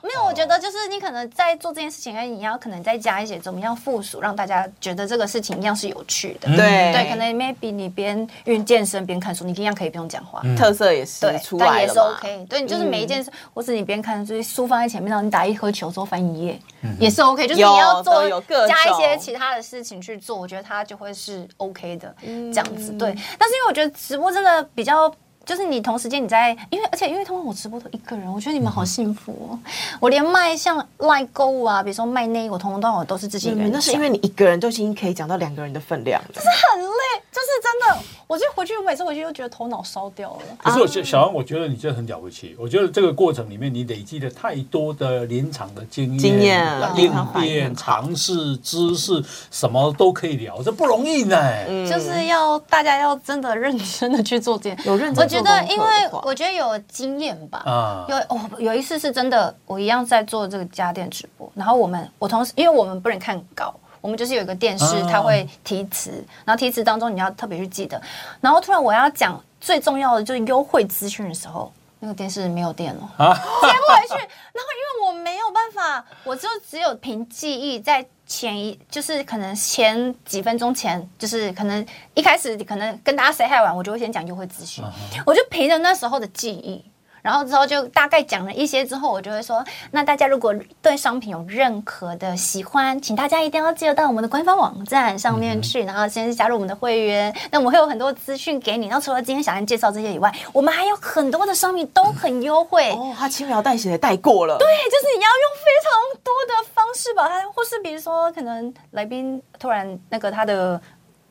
S4: 没有，我觉得就是你可能在做这件事情，哎，你要可能再加一些怎么样附属，让大家觉得这个事情一样是有趣的。
S1: 对
S4: 对，可能 maybe 你边运健身边看书，你一样可以不用讲话。
S1: 特色也是
S4: 对，
S1: 出
S4: 但
S1: 来
S4: 也
S1: 了
S4: 是
S1: 嘛嗯
S4: OK。对，你就是每一件事，或是你边看，就是书放在前面，然后你打一颗球之后翻一页，也是 OK。就是你要
S1: 嗯有
S4: 做
S1: 都有各
S4: 加一些
S1: 种
S4: 其他的事情去做，我觉得它就会是 OK 的
S1: 嗯
S4: 这样子。对，但是因为我觉得直播真的比较。就是你同时间你在，因为而且因为通常我直播都一个人，我觉得你
S1: 嗯
S4: 们好幸福哦。我连卖像赖购物啊，比如说卖内衣，我通通都我都是自己一个人
S1: 嗯
S4: 讲。
S1: 那是因为你一个人就已经可以讲到两个人的分量了。
S4: 很累，就是真的，我就回去，我每次回去就觉得头脑烧掉了。
S3: 可是我觉小安，我觉得你真的很了不起。我觉得这个过程里面，你累积了太多的临场的经验、
S1: 经验
S3: 应
S1: 临场反应
S3: 变、
S1: 很好
S3: 尝试、知识，什么都可以聊，这不容易呢。
S1: 嗯
S4: 就是要大家要真的认真的去做这件。
S1: 有认
S4: 我
S1: 真做功
S4: 觉
S1: 课的
S4: 得，因为
S1: 话
S4: 我觉得有经验吧。
S3: 啊
S4: 有哦，有一次是真的，我一样在做这个家电直播，然后我们我同时，因为我们不能看稿。我们就是有一个电视
S3: 啊，
S4: 它会提词，然后提词当中你要特别去记得。然后突然我要讲最重要的就是优惠资讯的时候，那个电视没有电了，接回去。然后因为我没有办法，我就只有凭记忆在。前一就是可能前几分钟前，就是可能一开始可能跟大家 say hi 完，我就会先讲优惠资讯我就凭着那时候的记忆，然后之后就大概讲了一些之后，我就会说，那大家如果对商品有任何的喜欢，请大家一定要记得到我们的官方网站上面去，然后先加入我们的会员，那我们会有很多资讯给你。那除了今天小安介绍这些以外，我们还有很多的商品都很优惠。
S1: 哦，他轻描淡写的带过了。对，
S4: 就是你要用非常多的方式把它，或是比如说可能来宾突然那个他的。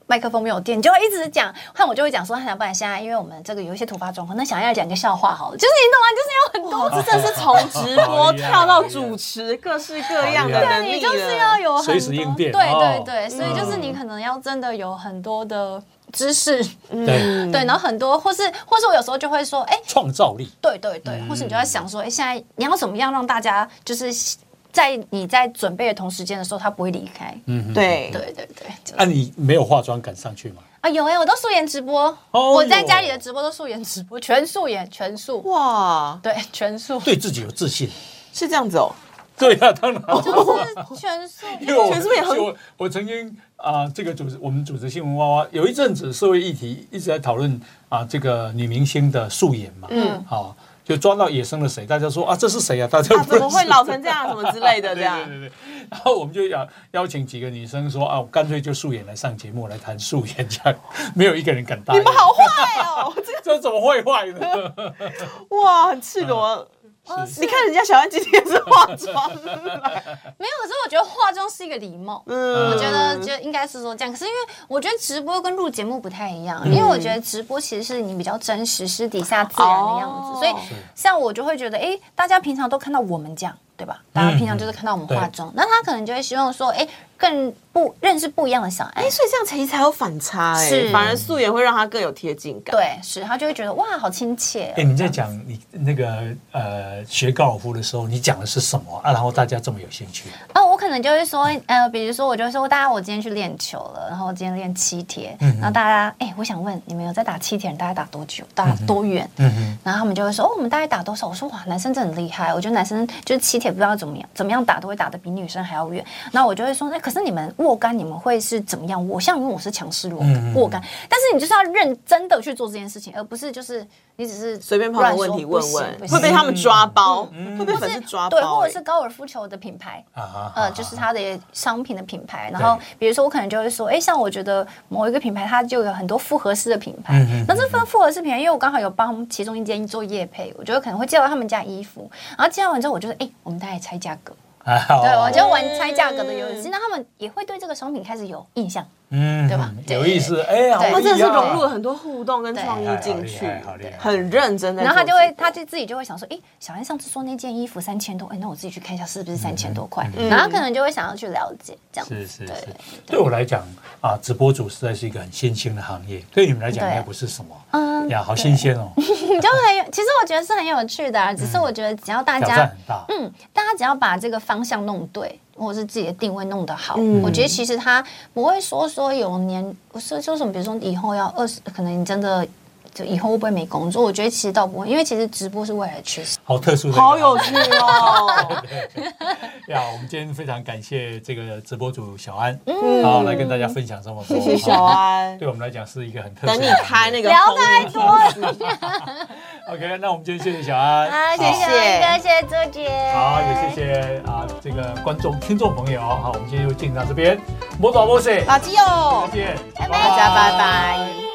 S4: 麦克风没有电，你就会一直讲，看我就会讲说，那不然现在因为我们这个有一些突发状况，那想要讲一个笑话好了，就是你懂吗？就是有很多，
S1: 这真的是从 直播
S3: 好厉害
S1: 跳到主持，各式各样的
S3: 好厉害
S1: 能
S4: 你
S1: 力
S4: 就是要
S1: 了。
S4: 有很
S3: 随
S4: 多
S3: 时应变
S4: 对
S3: 哦
S4: 对对，所以就是你可能要真的有很多的知识，嗯
S3: 对，
S4: 对，然后很多，或是或是我有时候就会说，哎，
S3: 创造力。
S4: 对对对，或是你就在想说，哎、现在你要怎么样让大家就是在你在准备的同时间的时候，他不会离开。嗯，
S1: 对，
S4: 对对对，就是
S3: 啊，你没有化妆敢上去吗？
S4: 啊有哎、我都素颜直播，
S3: 哦
S4: 我在家里的直播都素颜直播，全素颜，全素，
S1: 哇，
S4: 对，全素，
S3: 对自己有自信。
S1: 是这样子哦。
S3: 对呀、当然。
S4: 就是 全素。
S3: 因为我
S1: 哦全是不是也很
S3: 我我曾经啊、这个组织我们组织新闻娃娃有一阵子社会议题一直在讨论啊、这个女明星的素颜嘛，嗯，好、就抓到野生的谁，大家说啊这是谁啊，大家
S1: 啊，
S3: 不
S1: 怎么
S3: 认识
S1: 会老成这样，什么之类的这样
S3: 对。对对对，然后我们就邀邀请几个女生说啊，我干脆就素颜来上节目来谈素颜，这样 没有一个人敢答应。
S1: 你们好坏哦，这
S3: 这怎么会坏呢？
S1: 个哇，很赤裸。
S3: 嗯
S1: 你看人家小安今天是化妆 了，
S4: 没有，可是我觉得化妆是一个礼貌。
S1: 嗯，
S4: 我觉得就应该是说这样，可是因为我觉得直播跟录节目不太一样，因为我觉得直播其实是你比较真实、私底下自然的样子，
S1: 哦
S4: 所以像我就会觉得，哎，大家平常都看到我们这样，对吧？大家平常就是看到我们
S3: 对
S4: 化妆，那他可能就会希望说，哎，更不认识不一样的小安
S1: 哎，。所以这样其实才有反差哎、
S4: 是
S1: 反而素颜会让他更有贴近感。
S4: 对，是他就会觉得哇，好亲切 哦
S3: 哎、。你在讲你那个呃学高尔夫的时候，你讲的是什么啊？然后大家这么有兴趣，
S4: 哦，我可能就会说，呃，比如说，我就会说，大家，我今天去练球了，然后我今天练七天，
S3: 嗯
S4: 然后大家，哎、我想问你们有在打七天，大概打多久，打多远？
S3: 嗯哼，
S4: 然后他们就会说，哦，我们大概打多少？我说，哇，男生真的很厉害，我觉得男生就是七铁不知道怎么样，怎么样打都会打得比女生还要远。那我就会说，那可是你们握杆，你们会是怎么样握？像因为我是强势握杆
S3: 嗯嗯嗯
S4: 握杆，但是你就是要认真的去做这件事情，而不是就是你只是
S1: 随便抛
S4: 乱
S1: 个
S4: 说
S1: 问题
S4: 不
S1: 问
S4: 行
S1: 问
S4: 不，行
S1: 会被他们抓包，
S3: 嗯
S1: 会被
S4: 或
S1: 粉
S4: 是
S1: 丝抓包、
S4: 对，或者是
S1: 哎
S4: 高尔夫球的品牌
S3: 啊哈
S4: 呃，就是它的商品的品牌。然后
S3: 对
S4: 比如说我可能就会说，哎，像我觉得某一个品牌它就有很多复合式的品牌
S3: 嗯嗯，
S4: 那这份复合式品牌，因为我刚好有帮他们其中一间做业配，我觉得可能会介绍他们家衣服，然后介绍完之后，我就说，哎，我们大家也猜价格。
S3: 还好
S4: 对，我呃就玩猜价格的游戏，那他们也会对这个商品开始有印象。
S3: 嗯，
S4: 对吧
S3: 有意思，哎，好
S4: 对
S1: 他
S3: 不一
S1: 真的
S3: 样
S1: 是融入了很多互动跟创意进去
S3: 对好厉害好厉害好厉害，
S1: 很认真的。
S4: 然后他就会，他就自己就会想说，诶，小安上次说那件衣服三千多，哎，那我自己去看一下是不是三千多
S3: 嗯
S4: 块，然后他可能就会想要去了解这样子。
S3: 是是
S4: 对
S3: 是，对我来讲啊，直播主实在是一个很新兴的行业，对你们来讲
S4: 对
S3: 应该不是什么，
S4: 嗯
S3: 呀，好新鲜哦，
S4: 你 就很有，其实我觉得 是很有趣的、啊，只是我觉得只要大
S3: 嗯挑战
S4: 家
S3: 很，大，
S4: 嗯，大家只要把这个方向弄对，或是自己的定位弄得好，我觉得其实他不会说说有年不是说什么，比如说以后要二十，可能你真的就以后会不会没工作？我觉得其实倒不会，因为其实直播是未来的趋势。
S3: 好特殊的一个
S1: 好
S3: 案例，
S1: 有趣 哦！
S3: 呀！我们今天非常感谢这个直播主小安，嗯，好来跟大家分享这么多。
S1: 谢谢小
S3: 好，
S1: 安，
S3: 对我们来讲是一个很特殊
S1: 等
S3: 的
S1: 你
S3: 行业
S1: 开那个
S4: 聊
S1: 红
S4: 太
S1: 利
S4: 多了
S1: 公司
S3: OK，那我们今天谢谢小安，
S4: 啊，谢
S1: 谢
S4: 谢安哥，谢谢周杰，
S3: 好，也谢谢啊这个观众听众朋友，好，我们今天就进行到这边，魔爪魔 C，
S1: 垃圾哦
S3: 再，见，
S1: 大家拜拜。